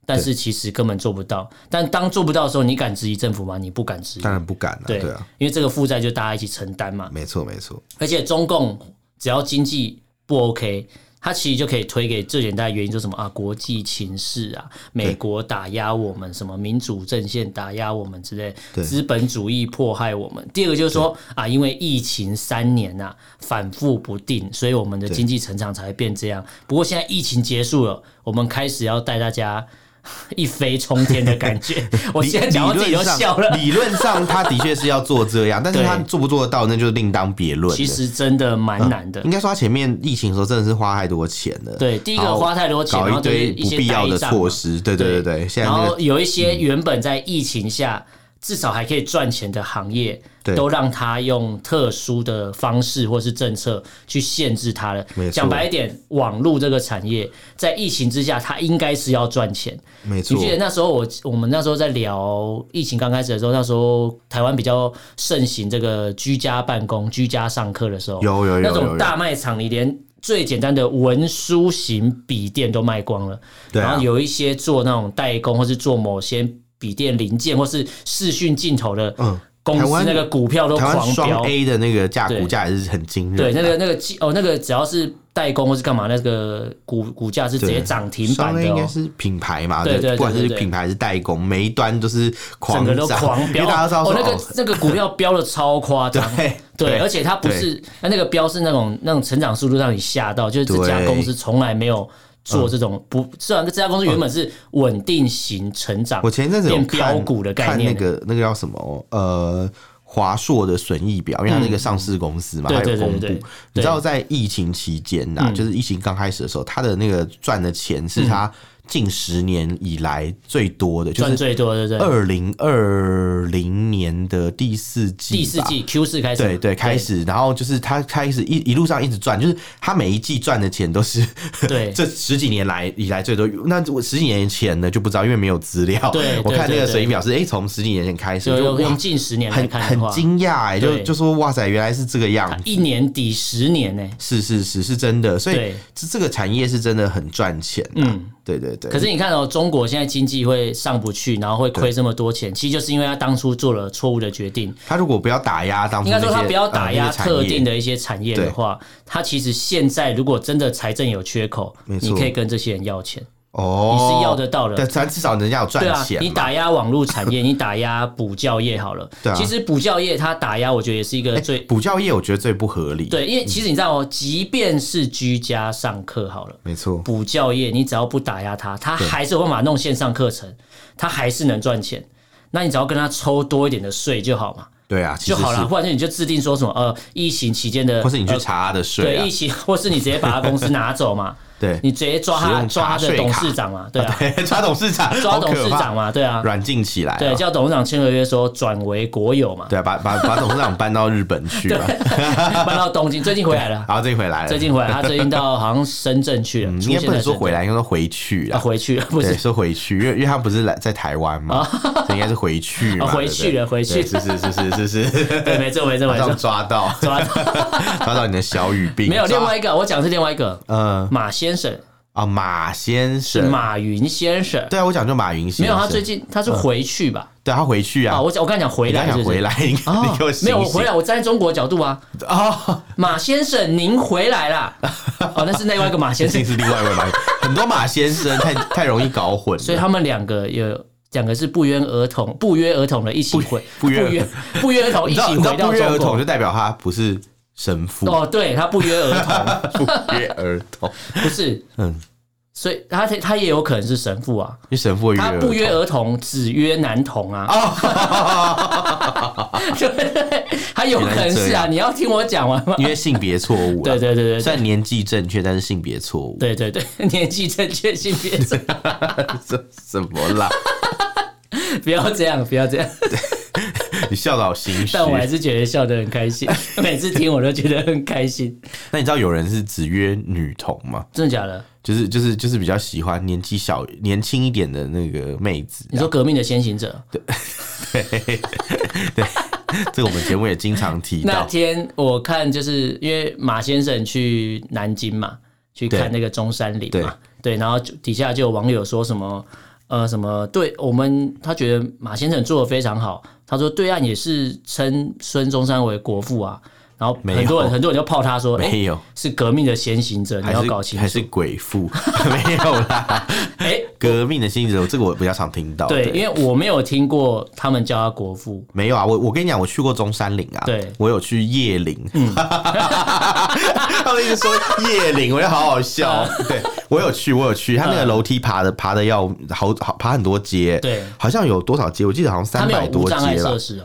[SPEAKER 2] 但是其实根本做不到。但当做不到的时候，你敢质疑政府吗？你不敢质疑
[SPEAKER 1] 当，然不敢了、
[SPEAKER 2] 对
[SPEAKER 1] 对啊，，
[SPEAKER 2] 因为这个负债就大家一起承担嘛。
[SPEAKER 1] 没错没错，
[SPEAKER 2] 而且中共只要经济不 OK，它其实就可以推给最简单的原因，就是什么啊，国际情势啊，美国打压我们，什么民主阵线打压我们之类，
[SPEAKER 1] 对
[SPEAKER 2] 资本主义迫害我们。第二个就是说啊，因为疫情三年啊反复不定，所以我们的经济成长才会变这样。不过现在疫情结束了，我们开始要带大家 [LAUGHS] 一飞冲天的感觉。我现在讲到自己
[SPEAKER 1] [LAUGHS] 理
[SPEAKER 2] 都
[SPEAKER 1] 论上
[SPEAKER 2] 笑了。
[SPEAKER 1] 理论上他的确是要做这样，但是
[SPEAKER 2] 对
[SPEAKER 1] 他做不做得到那就另当别论了。
[SPEAKER 2] 其实真的蛮难的
[SPEAKER 1] 应，该说他前面疫情的时候真的是花太多钱了。
[SPEAKER 2] 对，第一个
[SPEAKER 1] 好
[SPEAKER 2] 花太多钱，
[SPEAKER 1] 搞
[SPEAKER 2] 然后
[SPEAKER 1] 一
[SPEAKER 2] 就是
[SPEAKER 1] 堆
[SPEAKER 2] 一
[SPEAKER 1] 不
[SPEAKER 2] 些
[SPEAKER 1] 必要
[SPEAKER 2] 呆
[SPEAKER 1] 的
[SPEAKER 2] 账
[SPEAKER 1] 措
[SPEAKER 2] 嘛
[SPEAKER 1] 施，对对对对，现在
[SPEAKER 2] 然
[SPEAKER 1] 那
[SPEAKER 2] 后
[SPEAKER 1] 个嗯
[SPEAKER 2] 有一些原本在疫情下、至少还可以赚钱的行业
[SPEAKER 1] 对，
[SPEAKER 2] 都让他用特殊的方式或是政策去限制它了
[SPEAKER 1] 没错。
[SPEAKER 2] 讲白一点，网络这个产业在疫情之下，它应该是要赚钱。
[SPEAKER 1] 没错
[SPEAKER 2] 你，记得那时候我我们那时候在聊疫情刚开始的时候，那时候台湾比较盛行这个居家办公、居家上课的时候，
[SPEAKER 1] 有有有
[SPEAKER 2] 那
[SPEAKER 1] 有有
[SPEAKER 2] 种大卖场，你连最简单的文书型笔电都卖光了。
[SPEAKER 1] 对啊
[SPEAKER 2] 然后有一些做那种代工，或是做某些笔电零件，或是视讯镜头的
[SPEAKER 1] 嗯
[SPEAKER 2] 公
[SPEAKER 1] 台
[SPEAKER 2] 司
[SPEAKER 1] 湾，
[SPEAKER 2] 那个股票都
[SPEAKER 1] 台湾
[SPEAKER 2] 狂飙
[SPEAKER 1] 双。A 的那个价
[SPEAKER 2] 对
[SPEAKER 1] 股价也是很惊人的。啊
[SPEAKER 2] 对，那个那个哦，那个只要是代工或是干嘛，那个股股价是直接
[SPEAKER 1] 对
[SPEAKER 2] 涨停板
[SPEAKER 1] 双 A
[SPEAKER 2] 的
[SPEAKER 1] 应
[SPEAKER 2] 哦
[SPEAKER 1] 该。是品牌嘛，
[SPEAKER 2] 对对对
[SPEAKER 1] 不管是
[SPEAKER 2] 对对
[SPEAKER 1] 品牌还是代工，每一端都是
[SPEAKER 2] 整
[SPEAKER 1] 狂
[SPEAKER 2] 个都
[SPEAKER 1] 涨，
[SPEAKER 2] 狂
[SPEAKER 1] 因
[SPEAKER 2] 飙，
[SPEAKER 1] 为大家都知道说，
[SPEAKER 2] 哦那
[SPEAKER 1] 哦，
[SPEAKER 2] 个那个股票飙的超夸张
[SPEAKER 1] 对对
[SPEAKER 2] 对，而且它不
[SPEAKER 1] 对
[SPEAKER 2] 是那那个标是那种那种成长速度让你吓到，就是这家
[SPEAKER 1] 对嗯
[SPEAKER 2] 公司从来没有做这种不，虽然这家公司原本是稳定型成长，
[SPEAKER 1] 嗯我前一阵子有
[SPEAKER 2] 变
[SPEAKER 1] 看
[SPEAKER 2] 标股的概念
[SPEAKER 1] 看那个那个叫什么呃。华硕的损益表，因为它那个上市公司嘛，
[SPEAKER 2] 嗯对
[SPEAKER 1] 它有
[SPEAKER 2] 对对
[SPEAKER 1] 公
[SPEAKER 2] 对对嗯
[SPEAKER 1] 布。你知道在疫情期间呐，就是疫情刚开始的时候，它的那个赚的钱是它近十年以来最多的，就
[SPEAKER 2] 赚
[SPEAKER 1] 是
[SPEAKER 2] 最多的，对不对，
[SPEAKER 1] 二零二零年的第四季吧，
[SPEAKER 2] 第四季 Q 四开始，
[SPEAKER 1] 对对，开始，然后就是他开始一一路上一直赚，就是他每一季赚的钱都是
[SPEAKER 2] 对
[SPEAKER 1] [LAUGHS] 这十几年来以来最多。那我十几年前呢就不知道，因为没有资料。
[SPEAKER 2] 对
[SPEAKER 1] [LAUGHS] 我
[SPEAKER 2] 对
[SPEAKER 1] 看那
[SPEAKER 2] 对
[SPEAKER 1] 个
[SPEAKER 2] 对
[SPEAKER 1] 水表示，哎、从十几年前开始
[SPEAKER 2] 就
[SPEAKER 1] 就
[SPEAKER 2] 用用
[SPEAKER 1] 哇
[SPEAKER 2] 近十年来
[SPEAKER 1] 很
[SPEAKER 2] 看的
[SPEAKER 1] 很
[SPEAKER 2] 话，
[SPEAKER 1] 惊讶哎，就
[SPEAKER 2] 对
[SPEAKER 1] 就说哇塞，原来是这个样子。
[SPEAKER 2] 一年抵十年呢。
[SPEAKER 1] 是是是是真的，所以
[SPEAKER 2] 对
[SPEAKER 1] 这这个产业是真的很赚钱、啊。嗯
[SPEAKER 2] 嗯，
[SPEAKER 1] 对对对。
[SPEAKER 2] 可是你看哦，中国现在经济会上不去，然后会亏这么多钱，其实就是因为他当初做了错误的决定。
[SPEAKER 1] 他如果不要打压当初
[SPEAKER 2] 应
[SPEAKER 1] 那些，
[SPEAKER 2] 该说，它不要打
[SPEAKER 1] 呃
[SPEAKER 2] 压
[SPEAKER 1] 那些产业
[SPEAKER 2] 特定的一些产业的话，它其实现在如果真的财政有缺口，
[SPEAKER 1] 没错
[SPEAKER 2] 你可以跟这些人要钱，
[SPEAKER 1] 哦，
[SPEAKER 2] 你是要得到的
[SPEAKER 1] 对，咱至少人家有赚
[SPEAKER 2] 对啊
[SPEAKER 1] 钱、，
[SPEAKER 2] 你打压网络
[SPEAKER 1] [LAUGHS]
[SPEAKER 2] 产业，你打压补教业好了。
[SPEAKER 1] 对啊哎
[SPEAKER 2] 其实补教业它打压，我觉得也是一个最、
[SPEAKER 1] 补教业，我觉得最不合理。，
[SPEAKER 2] 对，因为其实你知道哦，即便是居家上课好了。
[SPEAKER 1] 没错。
[SPEAKER 2] 补教业，你只要不打压它，它还是有办法弄线上课程，它还是能赚钱。那你只要跟它抽多一点的税就好嘛，
[SPEAKER 1] 对啊，其
[SPEAKER 2] 就
[SPEAKER 1] 实
[SPEAKER 2] 好
[SPEAKER 1] 是
[SPEAKER 2] 了。或者你就制定说什么呃，疫情期间的，
[SPEAKER 1] 或是你去
[SPEAKER 2] 呃
[SPEAKER 1] 查他的税啊
[SPEAKER 2] 对，一，起， [LAUGHS] 或是你直接把他公司拿走
[SPEAKER 1] [LAUGHS]
[SPEAKER 2] 嘛，
[SPEAKER 1] 对，
[SPEAKER 2] 你直接抓
[SPEAKER 1] 使
[SPEAKER 2] 他
[SPEAKER 1] 用
[SPEAKER 2] 抓
[SPEAKER 1] 查
[SPEAKER 2] 他的
[SPEAKER 1] 税
[SPEAKER 2] 董
[SPEAKER 1] 卡
[SPEAKER 2] 事长嘛，对啊，
[SPEAKER 1] 抓董事长，
[SPEAKER 2] [LAUGHS] 抓
[SPEAKER 1] 好可
[SPEAKER 2] 董事
[SPEAKER 1] 怕
[SPEAKER 2] 长嘛，对啊，
[SPEAKER 1] 软禁起来啊，
[SPEAKER 2] 对，叫董事长签合约说转为国有嘛，
[SPEAKER 1] 对啊，把把把董事长搬到日本去
[SPEAKER 2] [LAUGHS]
[SPEAKER 1] 了，
[SPEAKER 2] 搬到东京，最近回来
[SPEAKER 1] [LAUGHS]
[SPEAKER 2] 了，
[SPEAKER 1] 然后这回来了，
[SPEAKER 2] 最近回来，他最近到好像深圳
[SPEAKER 1] [LAUGHS]
[SPEAKER 2] 去了，
[SPEAKER 1] 嗯
[SPEAKER 2] 出
[SPEAKER 1] 应该
[SPEAKER 2] 现
[SPEAKER 1] 不能
[SPEAKER 2] 在
[SPEAKER 1] 说
[SPEAKER 2] 深圳
[SPEAKER 1] 回来，应该说回去
[SPEAKER 2] 啊，
[SPEAKER 1] 了。
[SPEAKER 2] 回去了， [LAUGHS] 不
[SPEAKER 1] 对，
[SPEAKER 2] 是
[SPEAKER 1] 说回去，因为因为他不是来在台湾嘛，所以应该是回去嘛，
[SPEAKER 2] 啊回去
[SPEAKER 1] 对
[SPEAKER 2] 了
[SPEAKER 1] 不对
[SPEAKER 2] 回去
[SPEAKER 1] 对是是是是是是，
[SPEAKER 2] [LAUGHS] 对，没错没错
[SPEAKER 1] 马
[SPEAKER 2] 没
[SPEAKER 1] 上
[SPEAKER 2] 错，
[SPEAKER 1] 抓到
[SPEAKER 2] [LAUGHS] 抓到
[SPEAKER 1] [LAUGHS] 抓到你的小语病，
[SPEAKER 2] 没有
[SPEAKER 1] 抓
[SPEAKER 2] 另外一个，我讲的是另外一个
[SPEAKER 1] 嗯
[SPEAKER 2] 马先生，
[SPEAKER 1] 啊马先
[SPEAKER 2] 是
[SPEAKER 1] 生，
[SPEAKER 2] 马云先生，
[SPEAKER 1] 对啊，我讲就马云先生，
[SPEAKER 2] 没有他最近他是回去吧？
[SPEAKER 1] 对他回去
[SPEAKER 2] 啊，
[SPEAKER 1] 啊，
[SPEAKER 2] 我讲我刚才讲回
[SPEAKER 1] 你刚
[SPEAKER 2] 来是
[SPEAKER 1] 想
[SPEAKER 2] 不
[SPEAKER 1] 回
[SPEAKER 2] 是？
[SPEAKER 1] 来，你你
[SPEAKER 2] 哦
[SPEAKER 1] 给我，
[SPEAKER 2] 没有，
[SPEAKER 1] 醒
[SPEAKER 2] 我
[SPEAKER 1] 醒
[SPEAKER 2] 回来，我站在中国角度啊，
[SPEAKER 1] 哦，
[SPEAKER 2] 马先生，您回来啦！哦，那是另外一个马先
[SPEAKER 1] 这
[SPEAKER 2] 生，
[SPEAKER 1] 是另外一位马，很多马先生太太容易搞混了，
[SPEAKER 2] 所以他们两个有两个是不约而同、不约而同的一起回，
[SPEAKER 1] 不约
[SPEAKER 2] 不约不约而同一
[SPEAKER 1] 你知
[SPEAKER 2] 起
[SPEAKER 1] 道你知
[SPEAKER 2] 回
[SPEAKER 1] 道
[SPEAKER 2] 到
[SPEAKER 1] 不约
[SPEAKER 2] 中
[SPEAKER 1] 而同
[SPEAKER 2] 国。
[SPEAKER 1] 就代表他不是神父，
[SPEAKER 2] 哦，对他不约而同，
[SPEAKER 1] 不约而
[SPEAKER 2] [LAUGHS]
[SPEAKER 1] 同，
[SPEAKER 2] 不是，
[SPEAKER 1] 嗯，
[SPEAKER 2] 所以他他也有可能是神父啊，
[SPEAKER 1] 因为神父会约
[SPEAKER 2] 他
[SPEAKER 1] 而
[SPEAKER 2] 不
[SPEAKER 1] 同
[SPEAKER 2] 约而同，只约男童啊，对不对？他有可能
[SPEAKER 1] 原来是
[SPEAKER 2] 是
[SPEAKER 1] 这
[SPEAKER 2] 啊，
[SPEAKER 1] 样
[SPEAKER 2] 你要听我讲完吗？
[SPEAKER 1] 因为性别错误啦，
[SPEAKER 2] 对对对对
[SPEAKER 1] 虽
[SPEAKER 2] 对
[SPEAKER 1] 然年纪正确，但是性别错误，
[SPEAKER 2] 对对对，年纪正确性别正，
[SPEAKER 1] [LAUGHS] 这什么啦？ [LAUGHS]
[SPEAKER 2] 不要这样，不要这样。
[SPEAKER 1] 你笑得好心虚
[SPEAKER 2] 但。我还是觉得笑得很
[SPEAKER 1] [LAUGHS]
[SPEAKER 2] 开心，每次听我都觉得很开心，
[SPEAKER 1] 那你知道有人是只约女童吗？
[SPEAKER 2] 真的假的？
[SPEAKER 1] 就是就是就是比较喜欢年纪小、年轻一点的那个妹子。
[SPEAKER 2] 你说革命的先行者，
[SPEAKER 1] 这个我们节目也经常提
[SPEAKER 2] 那
[SPEAKER 1] 到，
[SPEAKER 2] 天我看就是因为马先生去南京嘛，去看那个中山陵嘛，对，然后就底下就有网友说什么。呃，什么？对我们，他觉得马先生做的非常好。他说，对岸也是称孙中山为国父啊。然后
[SPEAKER 1] 没有
[SPEAKER 2] 很多人，很多人就泡他说，
[SPEAKER 1] 没
[SPEAKER 2] 诶
[SPEAKER 1] 有，
[SPEAKER 2] 是革命的先行者，你
[SPEAKER 1] 还
[SPEAKER 2] 要
[SPEAKER 1] 是
[SPEAKER 2] 搞清
[SPEAKER 1] 还
[SPEAKER 2] 楚
[SPEAKER 1] 是。鬼父 [LAUGHS] 没有啦。
[SPEAKER 2] 哎，
[SPEAKER 1] 革命的新人，这个我比较常听到。
[SPEAKER 2] 对，因为我没有听过他们叫他国父，
[SPEAKER 1] 没有啊，我我跟你讲，我去过中山陵啊，
[SPEAKER 2] 对嗯
[SPEAKER 1] 我有去夜陵， [LAUGHS] 他们一直说夜陵，我就好好
[SPEAKER 2] [LAUGHS]
[SPEAKER 1] 笑。哦对我有去，我有去，他那个楼梯爬的爬的要好好爬很多阶，
[SPEAKER 2] 嗯对
[SPEAKER 1] 好像有多少阶？我记得好像
[SPEAKER 2] 他
[SPEAKER 1] 三
[SPEAKER 2] 没
[SPEAKER 1] 百
[SPEAKER 2] 有
[SPEAKER 1] 多
[SPEAKER 2] 无障碍
[SPEAKER 1] 阶
[SPEAKER 2] 设
[SPEAKER 1] 了，
[SPEAKER 2] 施哦、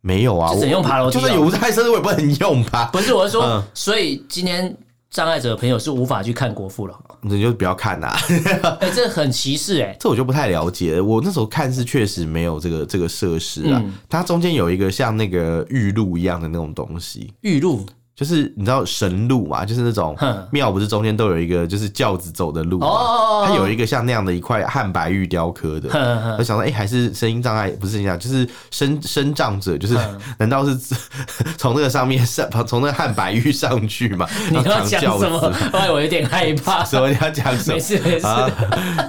[SPEAKER 1] 没有啊，
[SPEAKER 2] 就只能
[SPEAKER 1] 我
[SPEAKER 2] 用爬楼梯
[SPEAKER 1] 就
[SPEAKER 2] 啊
[SPEAKER 1] 算有无障碍设施，我也不能用吧？
[SPEAKER 2] 不是，我是说，
[SPEAKER 1] 嗯
[SPEAKER 2] 所以今天障碍者的朋友是无法去看国父
[SPEAKER 1] [LAUGHS]
[SPEAKER 2] 了。
[SPEAKER 1] 你就不要看啦，
[SPEAKER 2] 哎、这很歧视哎、
[SPEAKER 1] 这我就不太了解了。我那时候看是确实没有这个这个设施啊，
[SPEAKER 2] 嗯
[SPEAKER 1] 它中间有一个像那个玉露一样的那种东西，
[SPEAKER 2] 玉露
[SPEAKER 1] 就是你知道神路嘛，就是那种
[SPEAKER 2] 哼
[SPEAKER 1] 庙不是中间都有一个就是轿子走的路嘛，
[SPEAKER 2] 哦哦哦哦哦
[SPEAKER 1] 它有一个像那样的一块汉白玉雕刻的
[SPEAKER 2] 哼哼哼。
[SPEAKER 1] 我想说，哎、还是声音障碍不是声音障碍，就是身身障者，就是 [LAUGHS] 难道是从那个上面上从那个汉白玉上去
[SPEAKER 2] [LAUGHS]
[SPEAKER 1] 嘛？
[SPEAKER 2] [LAUGHS] 你
[SPEAKER 1] 然后
[SPEAKER 2] 要
[SPEAKER 1] 扛
[SPEAKER 2] 讲
[SPEAKER 1] 轿
[SPEAKER 2] 什么
[SPEAKER 1] 子？？
[SPEAKER 2] [LAUGHS] 哎，我有点害
[SPEAKER 1] [LAUGHS]
[SPEAKER 2] 怕。
[SPEAKER 1] 什么你要讲什么？
[SPEAKER 2] 没事没事
[SPEAKER 1] 啊，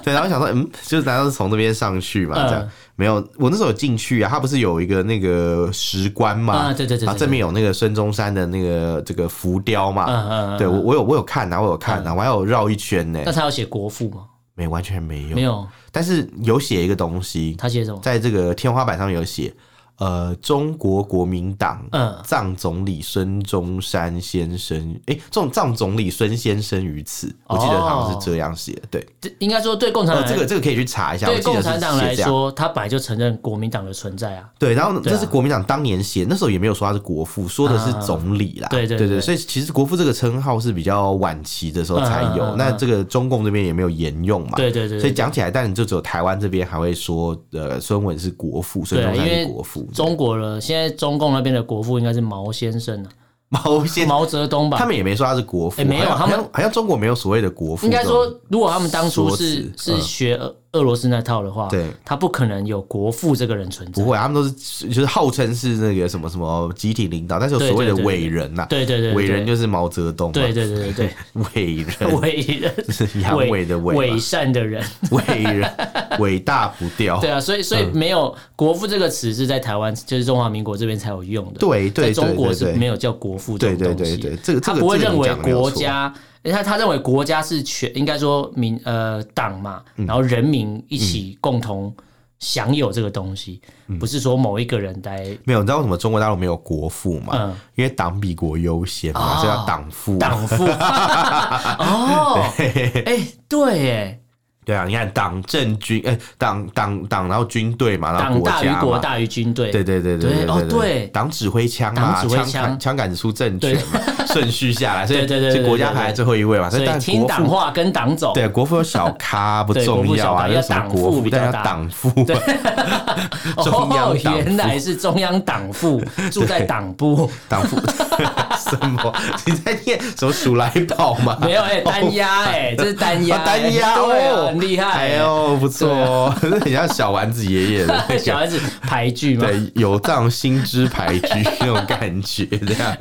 [SPEAKER 1] 对，然后想说，嗯，就是难道是从那边上去嘛？
[SPEAKER 2] 嗯
[SPEAKER 1] 这样没有，我那时候有进去啊，它不是有一个那个石棺嘛？
[SPEAKER 2] 啊对对对对
[SPEAKER 1] 然后正面有那个孙中山的那个这个浮雕嘛？
[SPEAKER 2] 嗯嗯嗯嗯
[SPEAKER 1] 对我我有我有看啊，我有看啊，我还有绕一圈呢、
[SPEAKER 2] 那他有写国父吗？
[SPEAKER 1] 没完全没有，
[SPEAKER 2] 没嗯有，
[SPEAKER 1] 但是有写一个东西，
[SPEAKER 2] 他写什么？
[SPEAKER 1] 在这个天花板上有写，呃，中国国民党
[SPEAKER 2] 嗯
[SPEAKER 1] 藏总理孙中山先生，诶，这种藏总理孙先生于此，我记得好
[SPEAKER 2] 哦
[SPEAKER 1] 像是这样写的，对，
[SPEAKER 2] 这应该说对共产
[SPEAKER 1] 呃，
[SPEAKER 2] 党来
[SPEAKER 1] 这个这个可以去查一下，我
[SPEAKER 2] 对
[SPEAKER 1] 记得
[SPEAKER 2] 共
[SPEAKER 1] 是
[SPEAKER 2] 产党来
[SPEAKER 1] 写这样。
[SPEAKER 2] 说，他本来就承认国民党的存在啊。
[SPEAKER 1] 对，然后这是
[SPEAKER 2] 对啊
[SPEAKER 1] 国民党当年写，那时候也没有说他是国父，说的是总理啦。
[SPEAKER 2] 啊对
[SPEAKER 1] 对
[SPEAKER 2] 对
[SPEAKER 1] 对
[SPEAKER 2] 对
[SPEAKER 1] 所以其实国父这个称号是比较晚期的时候才有，
[SPEAKER 2] 嗯嗯嗯嗯
[SPEAKER 1] 那这个中共这边也没有沿用嘛。
[SPEAKER 2] 对对对
[SPEAKER 1] 啊所以
[SPEAKER 2] 对，
[SPEAKER 1] 讲起来，但你就只有台湾这边还会说，呃，孙文是国父，孙
[SPEAKER 2] 对啊
[SPEAKER 1] 中山
[SPEAKER 2] 因
[SPEAKER 1] 是
[SPEAKER 2] 为
[SPEAKER 1] 国父，
[SPEAKER 2] 中国了，现在中共那边的国父应该是毛先生啊，
[SPEAKER 1] 毛先生，
[SPEAKER 2] 毛泽东吧？
[SPEAKER 1] 他们也没说他是国父，
[SPEAKER 2] 哎没有
[SPEAKER 1] 好像
[SPEAKER 2] 他
[SPEAKER 1] 好
[SPEAKER 2] 们
[SPEAKER 1] 像好像中国没有所谓的国父
[SPEAKER 2] 应
[SPEAKER 1] 这种，
[SPEAKER 2] 该说，如果他们当初
[SPEAKER 1] 说
[SPEAKER 2] 是
[SPEAKER 1] 辞
[SPEAKER 2] 是
[SPEAKER 1] 嗯
[SPEAKER 2] 学俄俄罗斯那套的话，
[SPEAKER 1] 对，
[SPEAKER 2] 他不可能有国父这个人存在
[SPEAKER 1] 不。会，啊他们都是就是号称是那个什么什么集体领导，但是有所谓的
[SPEAKER 2] 对对对
[SPEAKER 1] 伟人呐，
[SPEAKER 2] 对对对，对
[SPEAKER 1] 伟人就是毛泽东嘛，
[SPEAKER 2] 对对对对对
[SPEAKER 1] [LAUGHS] 伟
[SPEAKER 2] 对，
[SPEAKER 1] 人
[SPEAKER 2] 伟
[SPEAKER 1] [LAUGHS]
[SPEAKER 2] 人
[SPEAKER 1] 是阳痿哦的痿
[SPEAKER 2] 伪
[SPEAKER 1] 嘛，
[SPEAKER 2] 善的人，
[SPEAKER 1] 伟人伟大不掉，
[SPEAKER 2] 对啊，所以所
[SPEAKER 1] 嗯
[SPEAKER 2] 以没有“国父”这个词是在台湾，就是中华民国这边才有用的。
[SPEAKER 1] 对对
[SPEAKER 2] 在中国
[SPEAKER 1] 对对
[SPEAKER 2] 是
[SPEAKER 1] 对
[SPEAKER 2] 没有叫国父这
[SPEAKER 1] 对对
[SPEAKER 2] 种东
[SPEAKER 1] 对
[SPEAKER 2] 西。
[SPEAKER 1] 对，这个这
[SPEAKER 2] 他
[SPEAKER 1] 个
[SPEAKER 2] 不会
[SPEAKER 1] 这个你
[SPEAKER 2] 认为
[SPEAKER 1] 讲得没有
[SPEAKER 2] 国
[SPEAKER 1] 错
[SPEAKER 2] 家，他他认为国家是全应该说民呃党嘛，
[SPEAKER 1] 嗯
[SPEAKER 2] 然后人民一起共同享有这个东西，
[SPEAKER 1] 嗯
[SPEAKER 2] 不是说某一个人来
[SPEAKER 1] 没有，你知道为什么中国大陆没有国父嘛？
[SPEAKER 2] 嗯
[SPEAKER 1] 因为党比国优先嘛，
[SPEAKER 2] 啊
[SPEAKER 1] 所以叫党父。
[SPEAKER 2] 党
[SPEAKER 1] [LAUGHS]
[SPEAKER 2] 父。哦，哎，对，耶，
[SPEAKER 1] 对啊，你看党政军，哎、党党党，然后军队嘛，然后啊
[SPEAKER 2] 党
[SPEAKER 1] 国
[SPEAKER 2] 大于
[SPEAKER 1] 家嘛
[SPEAKER 2] 国，大于军队，
[SPEAKER 1] 对对对
[SPEAKER 2] 对
[SPEAKER 1] 对
[SPEAKER 2] 哦对
[SPEAKER 1] 党指挥枪嘛，
[SPEAKER 2] 党指挥
[SPEAKER 1] 枪
[SPEAKER 2] 枪
[SPEAKER 1] 杆枪杆子出政权嘛， [LAUGHS] 顺序下来，所以
[SPEAKER 2] 对对对对
[SPEAKER 1] 所以国家
[SPEAKER 2] 对对对
[SPEAKER 1] 排在最后一位嘛，
[SPEAKER 2] 所
[SPEAKER 1] 但
[SPEAKER 2] 以
[SPEAKER 1] 国
[SPEAKER 2] 听党
[SPEAKER 1] 父。
[SPEAKER 2] 话跟党
[SPEAKER 1] [LAUGHS]
[SPEAKER 2] 走。
[SPEAKER 1] 对，国父有小咖不
[SPEAKER 2] [LAUGHS] 对国
[SPEAKER 1] 重
[SPEAKER 2] 父
[SPEAKER 1] 要
[SPEAKER 2] 小
[SPEAKER 1] 啊，
[SPEAKER 2] 咖
[SPEAKER 1] 有什么
[SPEAKER 2] 要党
[SPEAKER 1] 国
[SPEAKER 2] 父
[SPEAKER 1] 父，
[SPEAKER 2] 比较
[SPEAKER 1] 但要
[SPEAKER 2] 大
[SPEAKER 1] 党父，中央
[SPEAKER 2] 哦，
[SPEAKER 1] 党
[SPEAKER 2] [LAUGHS] 原来是中央党父住在党部，
[SPEAKER 1] [LAUGHS] [LAUGHS] 党父什么？ [LAUGHS] 你在念什么鼠来宝吗？
[SPEAKER 2] [LAUGHS] 没有哎，单压哎，这是单压
[SPEAKER 1] 啊
[SPEAKER 2] 哎，
[SPEAKER 1] 单压
[SPEAKER 2] 对啊
[SPEAKER 1] 哦，
[SPEAKER 2] 很厉害
[SPEAKER 1] 哎
[SPEAKER 2] 哎。
[SPEAKER 1] 呦，不错哦， [LAUGHS] 这很像小丸子爷爷的那
[SPEAKER 2] [LAUGHS] 小
[SPEAKER 1] 个。
[SPEAKER 2] 孩子排剧嘛，
[SPEAKER 1] [LAUGHS] 对，有藏心之牌局那种感觉，这
[SPEAKER 2] [LAUGHS]
[SPEAKER 1] 样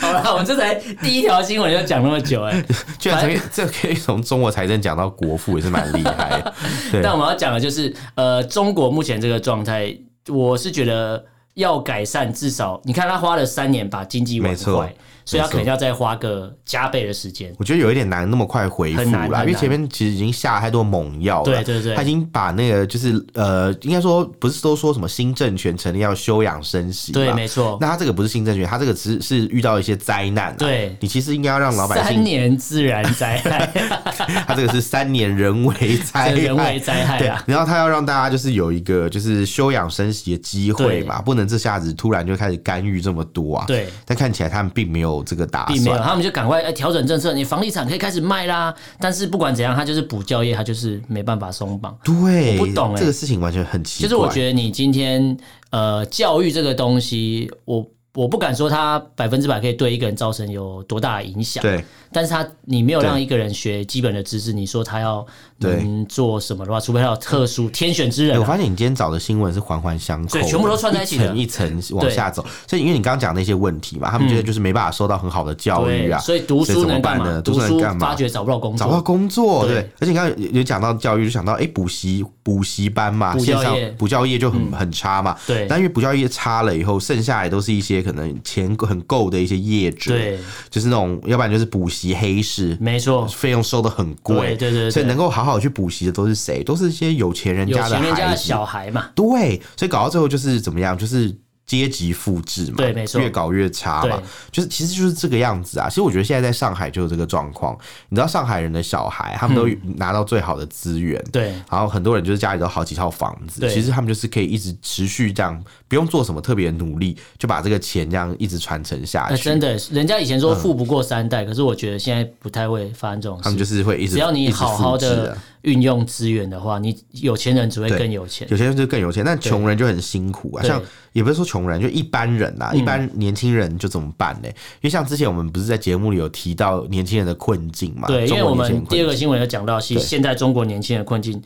[SPEAKER 2] 好了，我们这才第一条新闻就讲那么久哎、
[SPEAKER 1] 居然可以，这可以从中国财政讲到国父，也是蛮厉害 [LAUGHS] 的。对
[SPEAKER 2] 但我们要讲的就是，呃，中国目前这个状态，我是觉得要改善，至少你看他花了三年把经济玩
[SPEAKER 1] 没错
[SPEAKER 2] 坏，所以他
[SPEAKER 1] 没错
[SPEAKER 2] 可能要再花个加倍的时间。
[SPEAKER 1] 我觉得有一点难那么快回复
[SPEAKER 2] 很难很
[SPEAKER 1] 啦，因为
[SPEAKER 2] 难
[SPEAKER 1] 前面其实已经下太多猛药了。
[SPEAKER 2] 对对对
[SPEAKER 1] 他已经把那个就是呃，应该说不是都说什么新政权成立要休养生息嘛？
[SPEAKER 2] 对，没错，
[SPEAKER 1] 那他这个不是新政权，他这个只是是遇到一些灾难、啊。
[SPEAKER 2] 对
[SPEAKER 1] 你其实应该要让老百
[SPEAKER 2] 三
[SPEAKER 1] 姓，
[SPEAKER 2] 年自然灾害，
[SPEAKER 1] 他这个是三年人为灾害，
[SPEAKER 2] 这人为灾
[SPEAKER 1] [LAUGHS]
[SPEAKER 2] 害
[SPEAKER 1] 对
[SPEAKER 2] 啊，，
[SPEAKER 1] 然后他要让大家就是有一个就是休养生息的机会嘛，不能能这下子突然就开始干预这么多啊。
[SPEAKER 2] 对
[SPEAKER 1] 但看起来他们并没有这个打
[SPEAKER 2] 并没有，
[SPEAKER 1] 算。
[SPEAKER 2] 他们就赶快哎调整政策，你房地产可以开始卖啦。但是不管怎样，他就是补教业，他就是没办法松绑。
[SPEAKER 1] 对，
[SPEAKER 2] 我不懂欸
[SPEAKER 1] 这个事情完全很奇
[SPEAKER 2] 其
[SPEAKER 1] 怪。
[SPEAKER 2] 实我觉得你今天呃，教育这个东西，我我不敢说它百分之百可以对一个人造成有多大的影响，
[SPEAKER 1] 对
[SPEAKER 2] 但是他你没有
[SPEAKER 1] 对
[SPEAKER 2] 让一个人学基本的知识，你说他要
[SPEAKER 1] 对
[SPEAKER 2] 能做什么的话，除非他有特殊天选之人、
[SPEAKER 1] 对哎我
[SPEAKER 2] 啊。
[SPEAKER 1] 发现你今天找的新闻是环环相扣的，
[SPEAKER 2] 对全部都串在一起的
[SPEAKER 1] 一层一层往下走。所以因为你刚刚讲那些问题嘛，他们觉得就是没办法受到很好的教育
[SPEAKER 2] 嗯对，
[SPEAKER 1] 啊，
[SPEAKER 2] 所以读
[SPEAKER 1] 所
[SPEAKER 2] 书
[SPEAKER 1] 以怎
[SPEAKER 2] 能
[SPEAKER 1] 么
[SPEAKER 2] 干
[SPEAKER 1] 办
[SPEAKER 2] 嘛？
[SPEAKER 1] 呢？
[SPEAKER 2] 读
[SPEAKER 1] 书能
[SPEAKER 2] 书
[SPEAKER 1] 干
[SPEAKER 2] 发
[SPEAKER 1] 嘛？
[SPEAKER 2] 觉找不到工
[SPEAKER 1] 找到
[SPEAKER 2] 作，
[SPEAKER 1] 工作，
[SPEAKER 2] 对
[SPEAKER 1] 对。而且你刚刚有有讲到教育，就想到哎，补习补习班嘛，
[SPEAKER 2] 补教
[SPEAKER 1] 线上
[SPEAKER 2] 业嗯
[SPEAKER 1] 补教业就很很差嘛。
[SPEAKER 2] 对
[SPEAKER 1] 但因为补教业差了以后，剩下来都是一些可能钱很够的一些业者，
[SPEAKER 2] 对，
[SPEAKER 1] 就是那种，要不然就是补习黑市，
[SPEAKER 2] 没错，
[SPEAKER 1] 费用收的很贵，
[SPEAKER 2] 对对对对
[SPEAKER 1] 所以能够好好去补习的都是谁？都是一些有钱人
[SPEAKER 2] 有
[SPEAKER 1] 家的
[SPEAKER 2] 钱人家
[SPEAKER 1] 孩
[SPEAKER 2] 的
[SPEAKER 1] 子，
[SPEAKER 2] 小孩嘛，
[SPEAKER 1] 对，所以搞到最后就是怎么样？就是。阶级复制嘛，
[SPEAKER 2] 对没错
[SPEAKER 1] 越搞越差嘛
[SPEAKER 2] 对，
[SPEAKER 1] 就是其实就是这个样子啊。其实我觉得现在在上海就有这个状况，你知道上海人的小孩，他们都拿到最好的资源，
[SPEAKER 2] 嗯对
[SPEAKER 1] 然后很多人就是家里都好几套房子，
[SPEAKER 2] 对
[SPEAKER 1] 其实他们就是可以一直持续这样，不用做什么特别的努力，就把这个钱这样一直传承下
[SPEAKER 2] 哎，
[SPEAKER 1] 去。
[SPEAKER 2] 真的，人家以前说富不过三代，可是我觉得现在不太会发生这种
[SPEAKER 1] 嗯他们
[SPEAKER 2] 事。
[SPEAKER 1] 就是会一直
[SPEAKER 2] 只要
[SPEAKER 1] 一
[SPEAKER 2] 你
[SPEAKER 1] 直
[SPEAKER 2] 好好
[SPEAKER 1] 复制
[SPEAKER 2] 的
[SPEAKER 1] 啊
[SPEAKER 2] 运用资源的话，你有钱人只会
[SPEAKER 1] 对
[SPEAKER 2] 更有钱。
[SPEAKER 1] 有些人就更有钱，但穷人就很辛苦啊。
[SPEAKER 2] 对嗯
[SPEAKER 1] 像也不是说穷人，就一般人呐、啊，一般年轻人就怎么办呢？因为像之前我们不是在节目里有提到年轻人的困境嘛？
[SPEAKER 2] 对，因
[SPEAKER 1] 中
[SPEAKER 2] 为
[SPEAKER 1] 国
[SPEAKER 2] 我
[SPEAKER 1] 年轻
[SPEAKER 2] 们
[SPEAKER 1] 人
[SPEAKER 2] 第
[SPEAKER 1] 困
[SPEAKER 2] 二
[SPEAKER 1] 境。
[SPEAKER 2] 个新闻有讲到，其实
[SPEAKER 1] 对
[SPEAKER 2] 现在中国年轻人困境。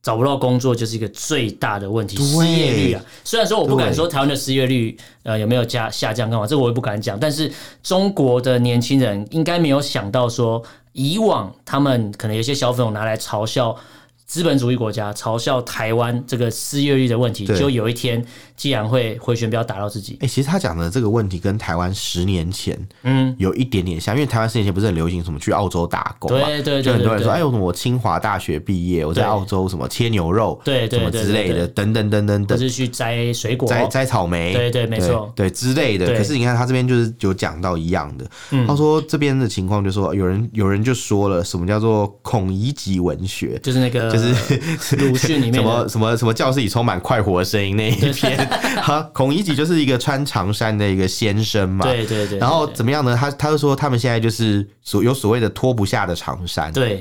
[SPEAKER 2] 找不到工作就是一个最大的问题，
[SPEAKER 1] 对
[SPEAKER 2] 失业率啊。虽然说我不敢
[SPEAKER 1] 对
[SPEAKER 2] 说台湾的失业率呃有没有加下降干嘛，这个我也不敢讲。但是中国的年轻人应该没有想到说，以往他们可能有些小粉红拿来嘲笑资本主义国家、嘲笑台湾这个失业率的问题，
[SPEAKER 1] 对
[SPEAKER 2] 就有一天既然会回旋镖打到自己。
[SPEAKER 1] 哎、其实他讲的这个问题跟台湾十年前，嗯，有一点点像，因为台湾十年前不是很流行什么去澳洲打工嘛，
[SPEAKER 2] 对对对
[SPEAKER 1] 就很多人
[SPEAKER 2] 对
[SPEAKER 1] 说，哎、
[SPEAKER 2] 对
[SPEAKER 1] 我我清华大学毕业，我在
[SPEAKER 2] 对
[SPEAKER 1] 澳洲什么切牛肉，
[SPEAKER 2] 对对
[SPEAKER 1] 什么
[SPEAKER 2] 对
[SPEAKER 1] 之
[SPEAKER 2] 对
[SPEAKER 1] 类的，等等等等
[SPEAKER 2] 或
[SPEAKER 1] 等，
[SPEAKER 2] 是去摘水果，
[SPEAKER 1] 摘摘草莓，
[SPEAKER 2] 对对没错
[SPEAKER 1] 对之类的。
[SPEAKER 2] 对嗯
[SPEAKER 1] 可是你看他这边就是有讲到一样的，他说这边的情况就说有人有人就说了什么叫做孔乙己文学，
[SPEAKER 2] 就是那
[SPEAKER 1] 就
[SPEAKER 2] 个
[SPEAKER 1] 是
[SPEAKER 2] 鲁迅里面
[SPEAKER 1] 什
[SPEAKER 2] 的
[SPEAKER 1] 么什么什么教室里充满快活的声音那一篇，哈，孔乙己就是一个穿长衫的一个先生嘛，
[SPEAKER 2] 对对对，
[SPEAKER 1] 然后
[SPEAKER 2] 对
[SPEAKER 1] 怎么样呢？他他就说他们现在就是所有所谓的脱不下的长衫，，
[SPEAKER 2] 对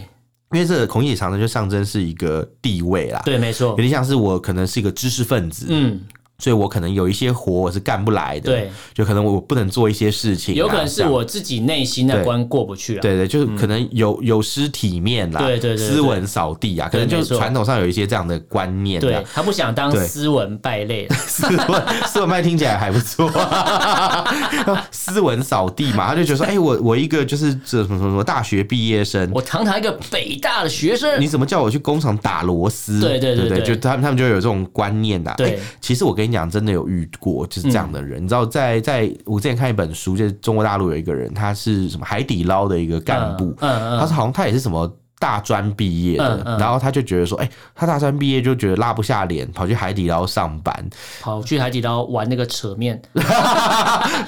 [SPEAKER 1] 因为这个孔乙己长衫就象征是一个地位啦，，
[SPEAKER 2] 对，没错
[SPEAKER 1] 有，点像是我可能是一个知识分子，
[SPEAKER 2] 嗯，
[SPEAKER 1] 所以我可能有一些活我是干不来的，
[SPEAKER 2] 对，
[SPEAKER 1] 就可能我不能做一些事情啊、
[SPEAKER 2] 有可能
[SPEAKER 1] 这
[SPEAKER 2] 是
[SPEAKER 1] 样。
[SPEAKER 2] 我自己内心那
[SPEAKER 1] 对
[SPEAKER 2] 关过不去啊了。
[SPEAKER 1] 对对，就是可能有、有失体面啦，
[SPEAKER 2] 对对对对
[SPEAKER 1] 斯文扫地啊，可
[SPEAKER 2] 对
[SPEAKER 1] 能就
[SPEAKER 2] 没
[SPEAKER 1] 是
[SPEAKER 2] 错
[SPEAKER 1] 传统上有一些这样的观念
[SPEAKER 2] 对
[SPEAKER 1] 啊。
[SPEAKER 2] 他不想当
[SPEAKER 1] 对
[SPEAKER 2] 斯文败类，
[SPEAKER 1] 斯文 [LAUGHS] 斯文麦听起来还不错， [LAUGHS] 斯文扫地嘛，他就觉得说，哎、我我一个就是这什么什么什么大学毕业生，
[SPEAKER 2] 我堂堂一个北大的学生，嗯
[SPEAKER 1] 你怎么叫我去工厂打螺丝？
[SPEAKER 2] 对对
[SPEAKER 1] 对
[SPEAKER 2] 对
[SPEAKER 1] 不就
[SPEAKER 2] 对
[SPEAKER 1] 他们他们就有这种观念呐、
[SPEAKER 2] 对
[SPEAKER 1] 哎其实我跟你讲，真的有遇过就是这样的人。你知道在，在我之前看一本书，就是中国大陆有一个人，他是什么海底捞的一个干部，
[SPEAKER 2] 嗯嗯
[SPEAKER 1] 他
[SPEAKER 2] 嗯，
[SPEAKER 1] 是好像他也是什么。大专毕业的，
[SPEAKER 2] 嗯嗯
[SPEAKER 1] 然后他就觉得说，哎、他大专毕业就觉得拉不下脸，跑去海底捞上班，
[SPEAKER 2] 跑去海底捞玩那个扯面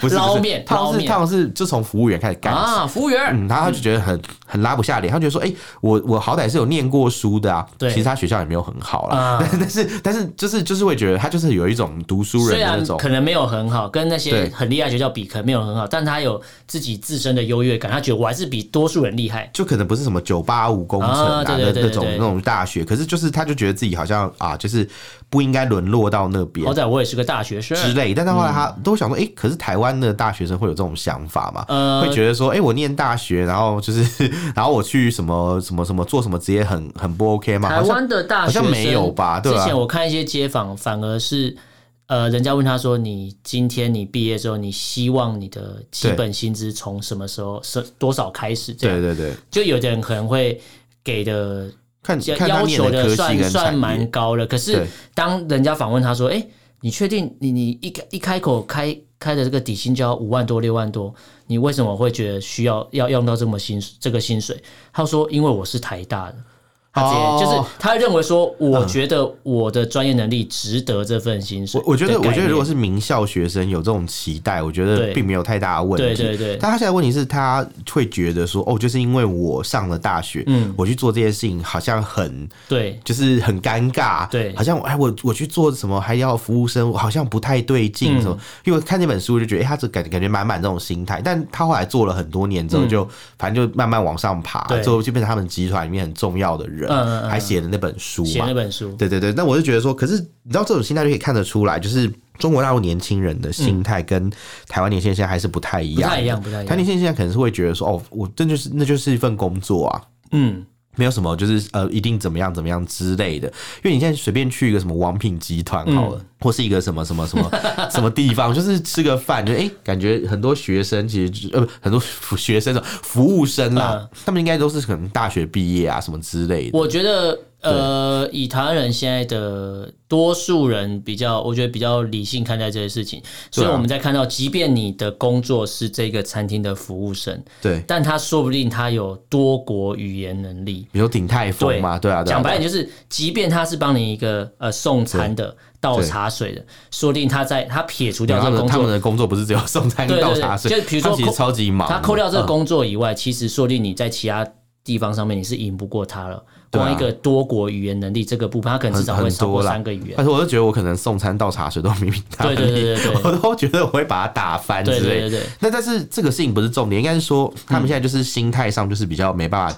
[SPEAKER 1] 不是
[SPEAKER 2] 捞
[SPEAKER 1] 不是
[SPEAKER 2] 面，
[SPEAKER 1] 他好
[SPEAKER 2] 捞
[SPEAKER 1] 像是
[SPEAKER 2] 面
[SPEAKER 1] 他好像是就从服务员开始干起，
[SPEAKER 2] 啊，服务员，
[SPEAKER 1] 嗯，然后他就觉得很很拉不下脸，他觉得说，哎、我我好歹是有念过书的啊，
[SPEAKER 2] 对
[SPEAKER 1] 其实他学校也没有很好啦，
[SPEAKER 2] 啊
[SPEAKER 1] [LAUGHS] 但但是但是就是就是会觉得他就是有一种读书
[SPEAKER 2] 虽
[SPEAKER 1] 人的
[SPEAKER 2] 然
[SPEAKER 1] 那种，
[SPEAKER 2] 可能没有很好，跟那些
[SPEAKER 1] 对
[SPEAKER 2] 很厉害的学校比，可能没有很好，但他有自己自身的优越感，他觉得我还是比多数人厉害。
[SPEAKER 1] 就可能不是什么九八五工程啊
[SPEAKER 2] 啊对对
[SPEAKER 1] 的
[SPEAKER 2] 对
[SPEAKER 1] 那
[SPEAKER 2] 对
[SPEAKER 1] 种
[SPEAKER 2] 对
[SPEAKER 1] 那种大学，可是就是他就觉得自己好像啊，就是不应该沦落到那边
[SPEAKER 2] 好。歹我也是个大学生，
[SPEAKER 1] 之类，但到后来他都想说，哎、可是台湾的大学生会有这种想法吗？
[SPEAKER 2] 呃
[SPEAKER 1] 会觉得说，哎、我念大学，然后就是， [LAUGHS] 然后我去什么什么什么做什么职业很很不 OK 吗？
[SPEAKER 2] 台
[SPEAKER 1] 好像
[SPEAKER 2] 湾的大学生
[SPEAKER 1] 好像没有吧对啊
[SPEAKER 2] 之
[SPEAKER 1] 吧
[SPEAKER 2] 前我看一些街访，反而是呃，人家问他说：“你今天你毕业之后，你希望你的基本薪资从什么时候是多少开始？”这
[SPEAKER 1] 对对
[SPEAKER 2] 样，
[SPEAKER 1] 对，
[SPEAKER 2] 就有的人可能会给的
[SPEAKER 1] 看看他
[SPEAKER 2] 要
[SPEAKER 1] 念
[SPEAKER 2] 求
[SPEAKER 1] 科
[SPEAKER 2] 的
[SPEAKER 1] 系
[SPEAKER 2] 算
[SPEAKER 1] 跟产
[SPEAKER 2] 算
[SPEAKER 1] 业。
[SPEAKER 2] 蛮高了。可是
[SPEAKER 1] 对
[SPEAKER 2] 当人家访问他说：“哎、你确定你你一开一开口开开的这个底薪就要五万多六万多，你为什么会觉得需要要用到这么薪这个薪水？”他说：“因为我是台大的。”他直接、
[SPEAKER 1] 哦嗯
[SPEAKER 2] 就是他认为说，我觉得我的专业能力值得这份薪水
[SPEAKER 1] 我我觉得，
[SPEAKER 2] 的概
[SPEAKER 1] 我觉得
[SPEAKER 2] 念
[SPEAKER 1] 如果是名校学生有这种期待，我觉
[SPEAKER 2] 对
[SPEAKER 1] 得并没有太大的问题。
[SPEAKER 2] 对对对
[SPEAKER 1] 但他现在问题是，他会觉得说，哦，就是因为我上了大学，
[SPEAKER 2] 嗯
[SPEAKER 1] 我去做这些事情好像很
[SPEAKER 2] 对
[SPEAKER 1] 就是很尴尬，
[SPEAKER 2] 对
[SPEAKER 1] 好像我哎我我去做什么还要服务生，我好像不太对劲
[SPEAKER 2] 嗯
[SPEAKER 1] 什么。因为我看这本书就觉得，哎、他这感感觉满满这种心态，但他后来做了很多年之后
[SPEAKER 2] 嗯
[SPEAKER 1] 就，反正就慢慢往上爬，
[SPEAKER 2] 对
[SPEAKER 1] 最后就变成他们集团里面很重要的人，
[SPEAKER 2] 嗯嗯嗯
[SPEAKER 1] 还写了那本书
[SPEAKER 2] 写
[SPEAKER 1] 嘛
[SPEAKER 2] 那。本书，
[SPEAKER 1] 对对对，那我就觉得说，可是你知道这种心态就可以看得出来，就是中国大陆年轻人的心态跟台湾年轻人现在还是不太一
[SPEAKER 2] 不
[SPEAKER 1] 样，
[SPEAKER 2] 太一样，。不太一
[SPEAKER 1] 台湾
[SPEAKER 2] 样
[SPEAKER 1] 年。轻人现在可能是会觉得说，哦，我这就是那就是一份工作啊，
[SPEAKER 2] 嗯，
[SPEAKER 1] 没有什么，就是呃，一定怎么样怎么样之类的。因为你现在随便去一个什么王品集团好
[SPEAKER 2] 嗯
[SPEAKER 1] 了，或是一个什么什么什 [LAUGHS] 么什么地方，就是吃个饭，就哎、诶感觉很多学生其实就呃不很多服学生的服务生啦，
[SPEAKER 2] 嗯
[SPEAKER 1] 他们应该都是可能大学毕业啊什么之类的。
[SPEAKER 2] 我觉得呃，以台湾人现在的多数人比较，我觉得比较理性看待这些事情，所以
[SPEAKER 1] 对啊
[SPEAKER 2] 我们在看到，即便你的工作是这个餐厅的服务生，
[SPEAKER 1] 对，
[SPEAKER 2] 但他说不定他有多国语言能力。
[SPEAKER 1] 比如鼎泰丰嘛，对啊，对啊
[SPEAKER 2] 讲白
[SPEAKER 1] 对啊
[SPEAKER 2] 点就是，即便他是帮你一个呃送餐的、倒茶水的，说不定他在他撇除掉
[SPEAKER 1] 他
[SPEAKER 2] 这个
[SPEAKER 1] 们
[SPEAKER 2] 工
[SPEAKER 1] 啊他们
[SPEAKER 2] 作，
[SPEAKER 1] 的工作不是只有送餐跟
[SPEAKER 2] 对对
[SPEAKER 1] 倒
[SPEAKER 2] 对
[SPEAKER 1] 茶水，
[SPEAKER 2] 就是比如说
[SPEAKER 1] 他们其
[SPEAKER 2] 扣
[SPEAKER 1] 实超级忙的，
[SPEAKER 2] 他扣掉这个
[SPEAKER 1] 嗯
[SPEAKER 2] 工作以外，其实说不定你在其他地方上面你是赢不过他了。
[SPEAKER 1] 对啊
[SPEAKER 2] 光一个多国语言能力这个部分，他可能至少
[SPEAKER 1] 很
[SPEAKER 2] 会
[SPEAKER 1] 很
[SPEAKER 2] 超过
[SPEAKER 1] 多啦
[SPEAKER 2] 三个语言。
[SPEAKER 1] 但是我就觉得我可能送餐倒茶水都明明他
[SPEAKER 2] 对对对对对
[SPEAKER 1] 我都觉得我会把他打翻之类
[SPEAKER 2] 对
[SPEAKER 1] 的。
[SPEAKER 2] 对对对，
[SPEAKER 1] 那但是这个事情不是重点，应该是说他们现在就是心态上就是比较没办
[SPEAKER 2] 嗯
[SPEAKER 1] 法，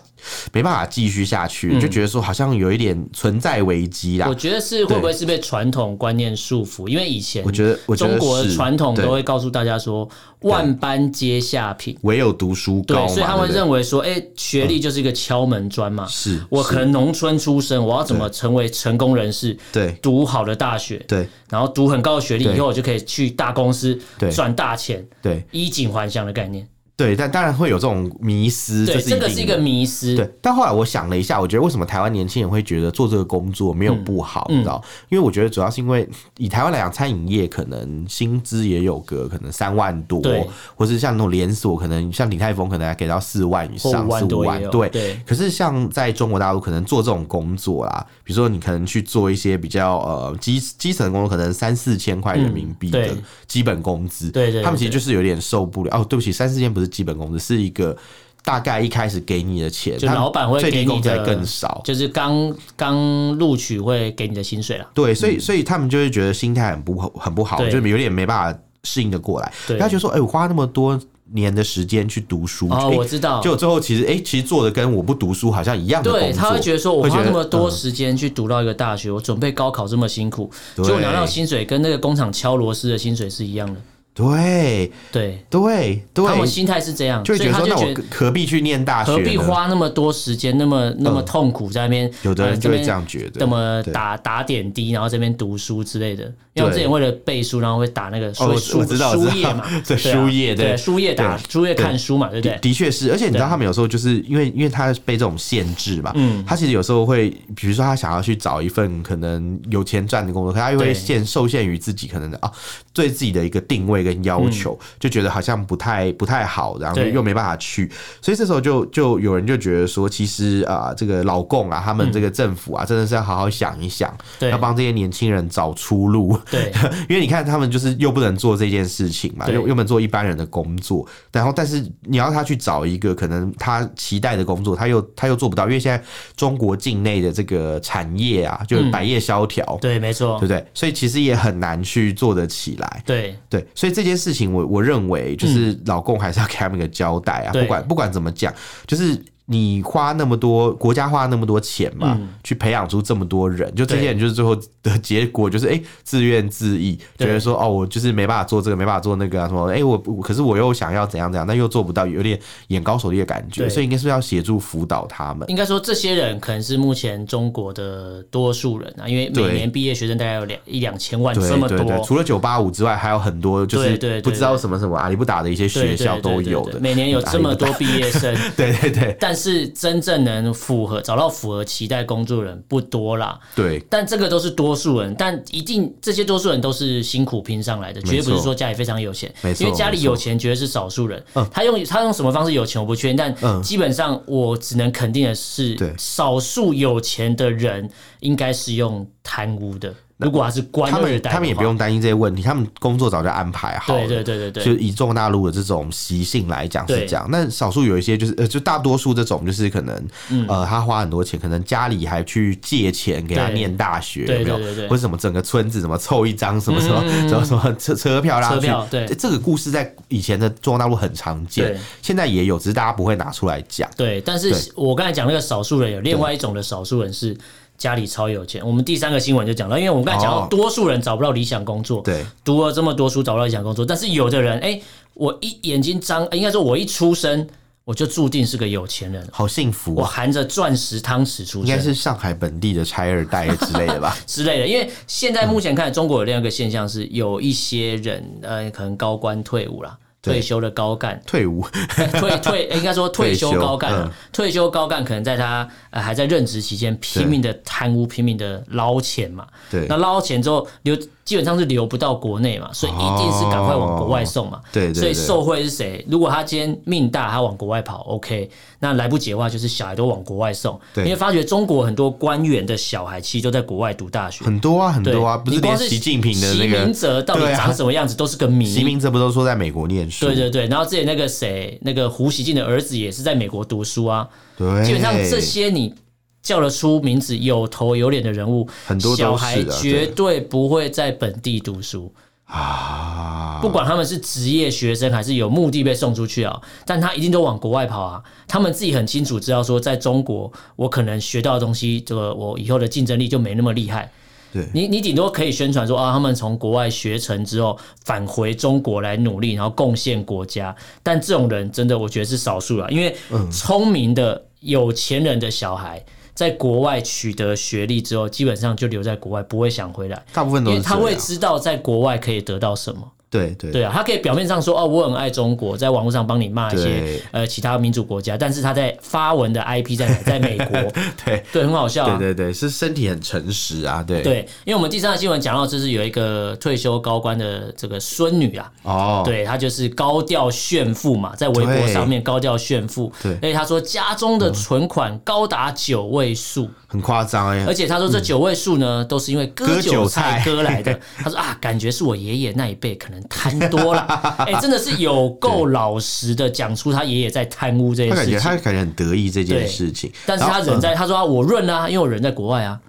[SPEAKER 1] 没办法继续下去，就觉得说好像有一点存在危机啦
[SPEAKER 2] 我。觉得是会不会是被传统观念束缚？因为以前
[SPEAKER 1] 我觉得我觉得
[SPEAKER 2] 中国
[SPEAKER 1] 是
[SPEAKER 2] 传统
[SPEAKER 1] 对
[SPEAKER 2] 都会告诉大家说万般皆下品，
[SPEAKER 1] 唯有读书
[SPEAKER 2] 对
[SPEAKER 1] 高，嘛，
[SPEAKER 2] 所以他
[SPEAKER 1] 对
[SPEAKER 2] 们
[SPEAKER 1] 不对嗯
[SPEAKER 2] 认为说，哎，学历就是一个敲门砖嘛。
[SPEAKER 1] 是
[SPEAKER 2] 我
[SPEAKER 1] 是
[SPEAKER 2] 可能农村出身，我要怎么成为成功人士？
[SPEAKER 1] 对
[SPEAKER 2] 读好的大学，
[SPEAKER 1] 对
[SPEAKER 2] 然后读很高的学历
[SPEAKER 1] 对
[SPEAKER 2] 以后，我就可以去大公司
[SPEAKER 1] 对
[SPEAKER 2] 赚大钱，
[SPEAKER 1] 对
[SPEAKER 2] 衣锦还乡的概念。
[SPEAKER 1] 对，但当然会有这种迷失，
[SPEAKER 2] 对，
[SPEAKER 1] 是
[SPEAKER 2] 这个
[SPEAKER 1] 定
[SPEAKER 2] 是一
[SPEAKER 1] 的
[SPEAKER 2] 个迷失。
[SPEAKER 1] 对，但后来我想了一下，我觉得为什么台湾年轻人会觉得做这个工作没有不好，
[SPEAKER 2] 嗯
[SPEAKER 1] 你知道？因为我觉得主要是因为以台湾来讲，餐饮业可能薪资也有个可能三万多
[SPEAKER 2] 对，
[SPEAKER 1] 或是像那种连锁，可能像鼎泰丰可能还给到四万以
[SPEAKER 2] 或
[SPEAKER 1] 上，
[SPEAKER 2] 五万
[SPEAKER 1] 四五
[SPEAKER 2] 多
[SPEAKER 1] 万
[SPEAKER 2] 也有，
[SPEAKER 1] 对。
[SPEAKER 2] 对
[SPEAKER 1] 可是像在中国大陆，可能做这种工作啦，比如说你可能去做一些比较呃基基层的工作，可能三四千块人民币的
[SPEAKER 2] 嗯对
[SPEAKER 1] 基本工资，
[SPEAKER 2] 对对对
[SPEAKER 1] 他们其实就是有点受不了。哦，对不起，三四千不是基本工资，是一个。大概一开始给你的钱，
[SPEAKER 2] 就
[SPEAKER 1] 他
[SPEAKER 2] 老板会
[SPEAKER 1] 最低
[SPEAKER 2] 给你
[SPEAKER 1] 工资还
[SPEAKER 2] 的
[SPEAKER 1] 更少。
[SPEAKER 2] 就是刚刚录取会给你的薪水啦。
[SPEAKER 1] 对，所以所以他们就会觉得心态很不好，很不好，
[SPEAKER 2] 嗯对
[SPEAKER 1] 就是有点没办法适应的过来。
[SPEAKER 2] 对
[SPEAKER 1] 他觉得说，哎、我花那么多年的时间去读书，
[SPEAKER 2] 哦，
[SPEAKER 1] 哎
[SPEAKER 2] 我知道，
[SPEAKER 1] [LAUGHS] 就最后其实，哎、其实做的跟我不读书好像一样的工作。
[SPEAKER 2] 对，他会觉得说，我
[SPEAKER 1] 会
[SPEAKER 2] 花
[SPEAKER 1] 觉
[SPEAKER 2] 那
[SPEAKER 1] 得
[SPEAKER 2] 么多
[SPEAKER 1] 嗯
[SPEAKER 2] 时间去读到一个大学，我准备高考这么辛苦，
[SPEAKER 1] 对
[SPEAKER 2] 就拿到薪水跟那个工厂敲螺丝的薪水是一样的。
[SPEAKER 1] 对
[SPEAKER 2] 对，
[SPEAKER 1] 对对，
[SPEAKER 2] 他们心态是这样，
[SPEAKER 1] 就
[SPEAKER 2] 所
[SPEAKER 1] 会
[SPEAKER 2] 以
[SPEAKER 1] 觉得
[SPEAKER 2] 他
[SPEAKER 1] 说，
[SPEAKER 2] 就
[SPEAKER 1] 那
[SPEAKER 2] 觉
[SPEAKER 1] 我
[SPEAKER 2] 得
[SPEAKER 1] 何必去念大学？
[SPEAKER 2] 何必？花那么多时间，那么那么
[SPEAKER 1] 嗯
[SPEAKER 2] 痛苦在那边，
[SPEAKER 1] 有的
[SPEAKER 2] 呃
[SPEAKER 1] 人就会这样觉
[SPEAKER 2] 这
[SPEAKER 1] 得。
[SPEAKER 2] 么
[SPEAKER 1] 对
[SPEAKER 2] 打打点滴，然后这边读书之类的。因
[SPEAKER 1] 对
[SPEAKER 2] 为我
[SPEAKER 1] 哦
[SPEAKER 2] 之前为了背书，然后会打那个
[SPEAKER 1] 我
[SPEAKER 2] 书书
[SPEAKER 1] 我知道我
[SPEAKER 2] 书
[SPEAKER 1] 知道
[SPEAKER 2] 页嘛，
[SPEAKER 1] 对
[SPEAKER 2] 对啊
[SPEAKER 1] 书页对
[SPEAKER 2] 对书页打
[SPEAKER 1] 对
[SPEAKER 2] 书页看书嘛，对不
[SPEAKER 1] 的
[SPEAKER 2] 对？
[SPEAKER 1] 的确是，而且你知
[SPEAKER 2] 对
[SPEAKER 1] 道他们有时候就是因为因为他被这种限制嘛，
[SPEAKER 2] 嗯
[SPEAKER 1] 他其实有时候会，比如说他想要去找一份可能有钱赚的工作，可他又
[SPEAKER 2] 对
[SPEAKER 1] 会限受限于自己可能的啊，对自己的一个定位跟要求，
[SPEAKER 2] 嗯
[SPEAKER 1] 就觉得好像不太不太好，然后
[SPEAKER 2] 对
[SPEAKER 1] 又没办法去，所以这时候就就有人就觉得说，其实啊、这个老共啊，他们这个政府啊，真的是要好好想一想，
[SPEAKER 2] 对
[SPEAKER 1] 要帮这些年轻人找出路。
[SPEAKER 2] 对，
[SPEAKER 1] [LAUGHS] 因为你看，他们就是又不能做这件事情嘛，
[SPEAKER 2] 对
[SPEAKER 1] 又又不能做一般人的工作，然后但是你要他去找一个可能他期待的工作，他又他又做不到，因为现在中国境内的这个产业啊，就是百业萧条，
[SPEAKER 2] 对，没错
[SPEAKER 1] 对不，对？所以其实也很难去做得起来。
[SPEAKER 2] 对
[SPEAKER 1] [LAUGHS] 对，所以这件事情我，我认为就是老共还是要给他们一个交代啊，
[SPEAKER 2] 嗯对
[SPEAKER 1] 不管不管怎么讲，就是你花那么多国家花那么多钱嘛，
[SPEAKER 2] 嗯
[SPEAKER 1] 去培养出这么多人，就这些人就是最后的结果就是哎、自怨自艾，
[SPEAKER 2] 对
[SPEAKER 1] 觉得说哦我就是没办法做这个，没办法做那个啊什么，哎、我我可是我又想要怎样怎样，但又做不到，有点眼高手低的感觉，
[SPEAKER 2] 对
[SPEAKER 1] 所以应该是要协助辅导他们。
[SPEAKER 2] 应该说，这些人可能是目前中国的多数人啊，因为每
[SPEAKER 1] 对
[SPEAKER 2] 年毕业学生大概有两一两千万，
[SPEAKER 1] 对
[SPEAKER 2] 这么
[SPEAKER 1] 对对，
[SPEAKER 2] 多。
[SPEAKER 1] 除了九八五之外，还有很多就
[SPEAKER 2] 对对对
[SPEAKER 1] 是
[SPEAKER 2] 对
[SPEAKER 1] 不知道什么什么阿里不达的一些
[SPEAKER 2] 对
[SPEAKER 1] 学校
[SPEAKER 2] 对对
[SPEAKER 1] 都
[SPEAKER 2] 对
[SPEAKER 1] 有
[SPEAKER 2] 对
[SPEAKER 1] 的，
[SPEAKER 2] 每年有
[SPEAKER 1] 阿里
[SPEAKER 2] 这么
[SPEAKER 1] 不达
[SPEAKER 2] 多毕业生， [LAUGHS]
[SPEAKER 1] 对对对，
[SPEAKER 2] 但是真正能符合找到符合期待工作的人不多啦。
[SPEAKER 1] 对，
[SPEAKER 2] 但这个都是多数人，但一定这些多数人都是辛苦拼上来的，绝对不是说家里非常有钱
[SPEAKER 1] 没，错
[SPEAKER 2] 因为家里有钱绝对是少数人。他用他用什么方式有钱我不确定，但基本上我只能肯定的是
[SPEAKER 1] 嗯对，
[SPEAKER 2] 少数有钱的人应该是用贪污的。如果他是官
[SPEAKER 1] 他
[SPEAKER 2] 二代的
[SPEAKER 1] 们
[SPEAKER 2] 话，
[SPEAKER 1] 他们也不用担心这些问题，他们工作早就安排好了。
[SPEAKER 2] 对对对对
[SPEAKER 1] 就
[SPEAKER 2] 对，
[SPEAKER 1] 以中国大陆的这种习性来讲是
[SPEAKER 2] 对
[SPEAKER 1] 这样，那少数有一些就是呃，就大多数这种就是可能、
[SPEAKER 2] 嗯
[SPEAKER 1] 呃，他花很多钱，可能家里还去借钱给他
[SPEAKER 2] 对
[SPEAKER 1] 念大学，
[SPEAKER 2] 对
[SPEAKER 1] 有没有？
[SPEAKER 2] 对对对嗯
[SPEAKER 1] 或者什么整个村子怎么凑一张什么什么、什么什么车车票啦，
[SPEAKER 2] 车票对
[SPEAKER 1] 这个故事在以前的中国大陆很常见
[SPEAKER 2] 对，
[SPEAKER 1] 现在也有，只是大家不会拿出来讲。
[SPEAKER 2] 对，但是
[SPEAKER 1] 对
[SPEAKER 2] 我刚才讲那个少数人有另外一种的少数人是家里超有钱。我们第三个新闻就讲到，因为我们刚才讲到
[SPEAKER 1] 哦
[SPEAKER 2] 多数人找不到理想工作，
[SPEAKER 1] 对，
[SPEAKER 2] 读了这么多书找不到理想工作，但是有的人，哎、我一眼睛张，哎应该说我一出生我就注定是个有钱人，
[SPEAKER 1] 好幸福
[SPEAKER 2] 我
[SPEAKER 1] 啊！
[SPEAKER 2] 含着钻石汤匙出
[SPEAKER 1] 应该
[SPEAKER 2] 生。
[SPEAKER 1] 是上海本地的拆二代之类的
[SPEAKER 2] [LAUGHS]
[SPEAKER 1] 吧？
[SPEAKER 2] 之类的，因为现在目前看，中国有另外一个现象是，有一些人，呃，可能高官退伍啦，
[SPEAKER 1] 对
[SPEAKER 2] 退休的高干，
[SPEAKER 1] [LAUGHS] 退伍，
[SPEAKER 2] 退退应该说退休
[SPEAKER 1] 退休
[SPEAKER 2] 高干啊
[SPEAKER 1] 嗯，
[SPEAKER 2] 退休高干可能在他呃还在任职期间拼命的贪污，拼命的捞钱嘛。
[SPEAKER 1] 对
[SPEAKER 2] 那捞钱之后留基本上是留不到国内嘛，所以一定是赶快往国外送嘛。
[SPEAKER 1] 哦对对对
[SPEAKER 2] 所以受贿是谁？如果他今天命大，他往国外跑，OK。那来不及的话，就是小孩都往国外送，
[SPEAKER 1] 对
[SPEAKER 2] 因为发觉中国很多官员的小孩其实都在国外读大学。
[SPEAKER 1] 很多啊，很
[SPEAKER 2] 对
[SPEAKER 1] 多啊，不
[SPEAKER 2] 你
[SPEAKER 1] 是
[SPEAKER 2] 光
[SPEAKER 1] 连
[SPEAKER 2] 是
[SPEAKER 1] 习近平的那
[SPEAKER 2] 习
[SPEAKER 1] 个
[SPEAKER 2] 明泽到底
[SPEAKER 1] 对啊
[SPEAKER 2] 长什么样子都是个
[SPEAKER 1] [LAUGHS]
[SPEAKER 2] 谜。
[SPEAKER 1] 习明泽不都说在美国念书？
[SPEAKER 2] 对对对，然后之前那个谁，那个胡锡进的儿子也是在美国读书啊。
[SPEAKER 1] 对，
[SPEAKER 2] 基本上这些你叫得出名字、有头有脸的人物，
[SPEAKER 1] 很多都是啊
[SPEAKER 2] 小孩绝对不会在本地读书，
[SPEAKER 1] 啊，
[SPEAKER 2] 不管他们是职业学生还是有目的被送出去啊，但他一定都往国外跑啊。他们自己很清楚知道说，在中国我可能学到的东西，这个我以后的竞争力就没那么厉害。
[SPEAKER 1] 对
[SPEAKER 2] 你你顶多可以宣传说啊，他们从国外学成之后返回中国来努力，然后贡献国家。但这种人真的，我觉得是少数了，因为
[SPEAKER 1] 嗯
[SPEAKER 2] 聪明的有钱人的小孩。在国外取得学历之后，基本上就留在国外，不会想回来，
[SPEAKER 1] 大部分
[SPEAKER 2] 因
[SPEAKER 1] 都
[SPEAKER 2] 为
[SPEAKER 1] 是
[SPEAKER 2] 他
[SPEAKER 1] 这
[SPEAKER 2] 会
[SPEAKER 1] 样
[SPEAKER 2] 知道在国外可以得到什么。
[SPEAKER 1] 对对
[SPEAKER 2] 对啊，他可以表面上说哦，我很爱中国，在网络上帮你骂一些
[SPEAKER 1] 对
[SPEAKER 2] 呃其他民主国家，但是他在发文的 IP 在哪？在美国，
[SPEAKER 1] [LAUGHS] [LAUGHS] 对
[SPEAKER 2] 对，很好笑、啊。
[SPEAKER 1] 对对对，是身体很诚实啊，对
[SPEAKER 2] 对，因为我们第三个新闻讲到，就是有一个退休高官的这个孙女啊，
[SPEAKER 1] 哦，
[SPEAKER 2] 对她就是高调炫富嘛，在微博
[SPEAKER 1] 对
[SPEAKER 2] 上面高调炫富，
[SPEAKER 1] 对
[SPEAKER 2] 而且她说家中的存款高达九位数，
[SPEAKER 1] 很夸张
[SPEAKER 2] 而
[SPEAKER 1] 哎，
[SPEAKER 2] 且她说这九位数呢，都是因为割
[SPEAKER 1] 割
[SPEAKER 2] 韭
[SPEAKER 1] 韭
[SPEAKER 2] 菜
[SPEAKER 1] 菜
[SPEAKER 2] 割来的。她说啊，感觉是我爷爷那一辈可能贪
[SPEAKER 1] [LAUGHS]
[SPEAKER 2] 多了，哎，真的是有够老实的讲出他爷爷在贪污这
[SPEAKER 1] 他感
[SPEAKER 2] 件事
[SPEAKER 1] 觉他
[SPEAKER 2] 情，
[SPEAKER 1] 感觉很得意这件
[SPEAKER 2] 对
[SPEAKER 1] 事情，
[SPEAKER 2] 但是
[SPEAKER 1] 然
[SPEAKER 2] 他
[SPEAKER 1] 后
[SPEAKER 2] 人
[SPEAKER 1] 嗯
[SPEAKER 2] 在，他说啊我润啊，因为我人在国外啊，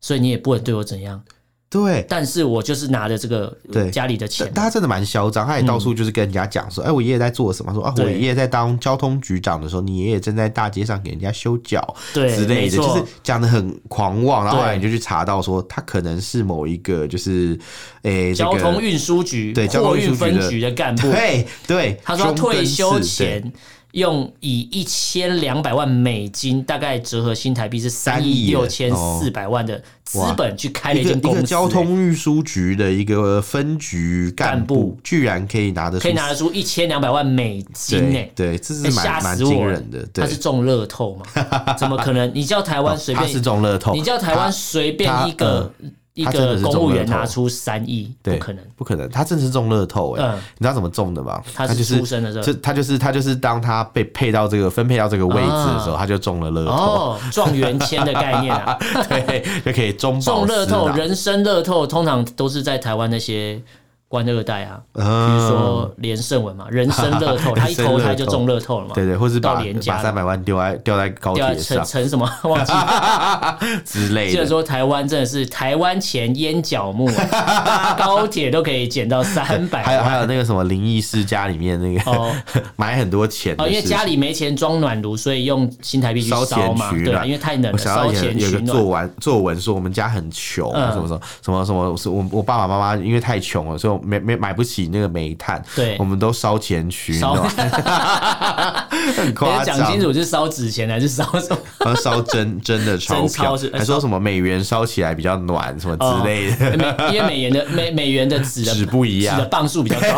[SPEAKER 2] 所以你也不能对我怎样。
[SPEAKER 1] 对。
[SPEAKER 2] 但是我就是拿着这个
[SPEAKER 1] 对
[SPEAKER 2] 家里的钱嗯
[SPEAKER 1] 但，他真的蛮嚣张，他也到处就是跟人家讲说：“哎、我爷爷在做什么？”说：“啊，我
[SPEAKER 2] 对
[SPEAKER 1] 爷爷在当交通局长的时候，你爷爷正在大街上给人家修脚
[SPEAKER 2] 对，
[SPEAKER 1] 之类
[SPEAKER 2] 没
[SPEAKER 1] 的，就
[SPEAKER 2] 错，
[SPEAKER 1] 是讲的很狂妄。”然后
[SPEAKER 2] 对
[SPEAKER 1] 后来你就去查到说，他可能是某一个就是，诶、这
[SPEAKER 2] 交
[SPEAKER 1] 个
[SPEAKER 2] 通运输局、
[SPEAKER 1] 对交
[SPEAKER 2] 货
[SPEAKER 1] 通运
[SPEAKER 2] 运
[SPEAKER 1] 输局
[SPEAKER 2] 分
[SPEAKER 1] 的
[SPEAKER 2] 局的干
[SPEAKER 1] [LAUGHS]
[SPEAKER 2] 部，
[SPEAKER 1] 对对，
[SPEAKER 2] 他说他
[SPEAKER 1] 中
[SPEAKER 2] 退
[SPEAKER 1] 分寺
[SPEAKER 2] 休
[SPEAKER 1] 对
[SPEAKER 2] 前用以一千两百万美金，大概折合新台币是三亿
[SPEAKER 1] 亿
[SPEAKER 2] 六
[SPEAKER 1] 耶
[SPEAKER 2] 千四百万的资本去开了
[SPEAKER 1] 一个
[SPEAKER 2] 间公
[SPEAKER 1] 一
[SPEAKER 2] 司，
[SPEAKER 1] 个交通运输局的一个分局干
[SPEAKER 2] 干部
[SPEAKER 1] 部，居然可以拿得出
[SPEAKER 2] 可以拿得出一千两百万美金呢、
[SPEAKER 1] 对对，这是
[SPEAKER 2] 哎吓
[SPEAKER 1] 蛮蛮
[SPEAKER 2] 死我
[SPEAKER 1] 惊
[SPEAKER 2] 了
[SPEAKER 1] 人的。！对哦
[SPEAKER 2] 他是，中乐
[SPEAKER 1] [LAUGHS]
[SPEAKER 2] 透嘛？怎么可能？你叫台湾随
[SPEAKER 1] 他
[SPEAKER 2] 便
[SPEAKER 1] 是中乐透，
[SPEAKER 2] 你叫台湾随便
[SPEAKER 1] 他呃
[SPEAKER 2] 一个一
[SPEAKER 1] 他真的
[SPEAKER 2] 个
[SPEAKER 1] 是
[SPEAKER 2] 公务
[SPEAKER 1] 中
[SPEAKER 2] 员
[SPEAKER 1] 乐透
[SPEAKER 2] 拿出三亿，
[SPEAKER 1] 对
[SPEAKER 2] 不可能。
[SPEAKER 1] 他不可能，他真的是中乐透哎、
[SPEAKER 2] 嗯
[SPEAKER 1] 你知道怎么中的吗？
[SPEAKER 2] 他是
[SPEAKER 1] 就是
[SPEAKER 2] 出生的时候
[SPEAKER 1] 就他就是他就是当他被配到这个分配到这个位置的时
[SPEAKER 2] 啊
[SPEAKER 1] 候，他就中了乐透，
[SPEAKER 2] 哦，状元签的概
[SPEAKER 1] [LAUGHS]
[SPEAKER 2] 念啊， [LAUGHS]
[SPEAKER 1] 对，就可以中
[SPEAKER 2] 中
[SPEAKER 1] 饱
[SPEAKER 2] 乐
[SPEAKER 1] 私
[SPEAKER 2] 透、
[SPEAKER 1] 囊
[SPEAKER 2] 人生乐透，通常都是在台湾那些官二代啊，
[SPEAKER 1] 嗯
[SPEAKER 2] 比如说连胜文嘛，人生乐
[SPEAKER 1] [LAUGHS]
[SPEAKER 2] 透，他一投胎就中乐透了嘛，
[SPEAKER 1] 对对，或是
[SPEAKER 2] 到
[SPEAKER 1] 把
[SPEAKER 2] 连
[SPEAKER 1] 把
[SPEAKER 2] 家
[SPEAKER 1] 三
[SPEAKER 2] 了，
[SPEAKER 1] 百万丢在掉在高铁
[SPEAKER 2] 掉啊成
[SPEAKER 1] 上
[SPEAKER 2] 成什么 [LAUGHS]
[SPEAKER 1] [LAUGHS]
[SPEAKER 2] 忘记了。
[SPEAKER 1] 之类
[SPEAKER 2] 记得
[SPEAKER 1] 的，
[SPEAKER 2] 说台湾真的是台湾前烟角木、
[SPEAKER 1] [LAUGHS]
[SPEAKER 2] 啊，搭高铁都可以捡到三百
[SPEAKER 1] 还有还
[SPEAKER 2] 万。
[SPEAKER 1] 有那个什么灵异世家里面那个、
[SPEAKER 2] 哦
[SPEAKER 1] [LAUGHS] 买很多钱的
[SPEAKER 2] 哦，因为
[SPEAKER 1] 事
[SPEAKER 2] 家
[SPEAKER 1] 情
[SPEAKER 2] 里没钱装暖炉，所以用新台币去
[SPEAKER 1] 烧
[SPEAKER 2] 烧
[SPEAKER 1] 钱
[SPEAKER 2] 嘛，
[SPEAKER 1] 取
[SPEAKER 2] 对啊，
[SPEAKER 1] 暖
[SPEAKER 2] 因为太冷
[SPEAKER 1] 我
[SPEAKER 2] 了，
[SPEAKER 1] 想到
[SPEAKER 2] 烧
[SPEAKER 1] 以前
[SPEAKER 2] 钱
[SPEAKER 1] 有一
[SPEAKER 2] 取
[SPEAKER 1] 个
[SPEAKER 2] 暖
[SPEAKER 1] 作。文作文说我们家很穷，啊
[SPEAKER 2] 嗯
[SPEAKER 1] 什么什么什么什么，我我爸爸妈妈因为太穷了，所以没没买不起那个煤炭，
[SPEAKER 2] 对
[SPEAKER 1] 我们都烧钱去，你知道
[SPEAKER 2] 烧
[SPEAKER 1] 吗？ [LAUGHS] 很
[SPEAKER 2] 你
[SPEAKER 1] 夸
[SPEAKER 2] 要讲
[SPEAKER 1] 张
[SPEAKER 2] 清，楚是烧纸钱还是烧什么？
[SPEAKER 1] 然后 [LAUGHS] 烧真真的钞
[SPEAKER 2] [LAUGHS] 真钞
[SPEAKER 1] 票
[SPEAKER 2] 是，哦
[SPEAKER 1] 还说什么美元烧起来比较暖什么之类的， [LAUGHS]
[SPEAKER 2] 美因为美元的美美元的纸的
[SPEAKER 1] 纸不一样
[SPEAKER 2] 纸的磅数比较
[SPEAKER 1] [LAUGHS]
[SPEAKER 2] 高。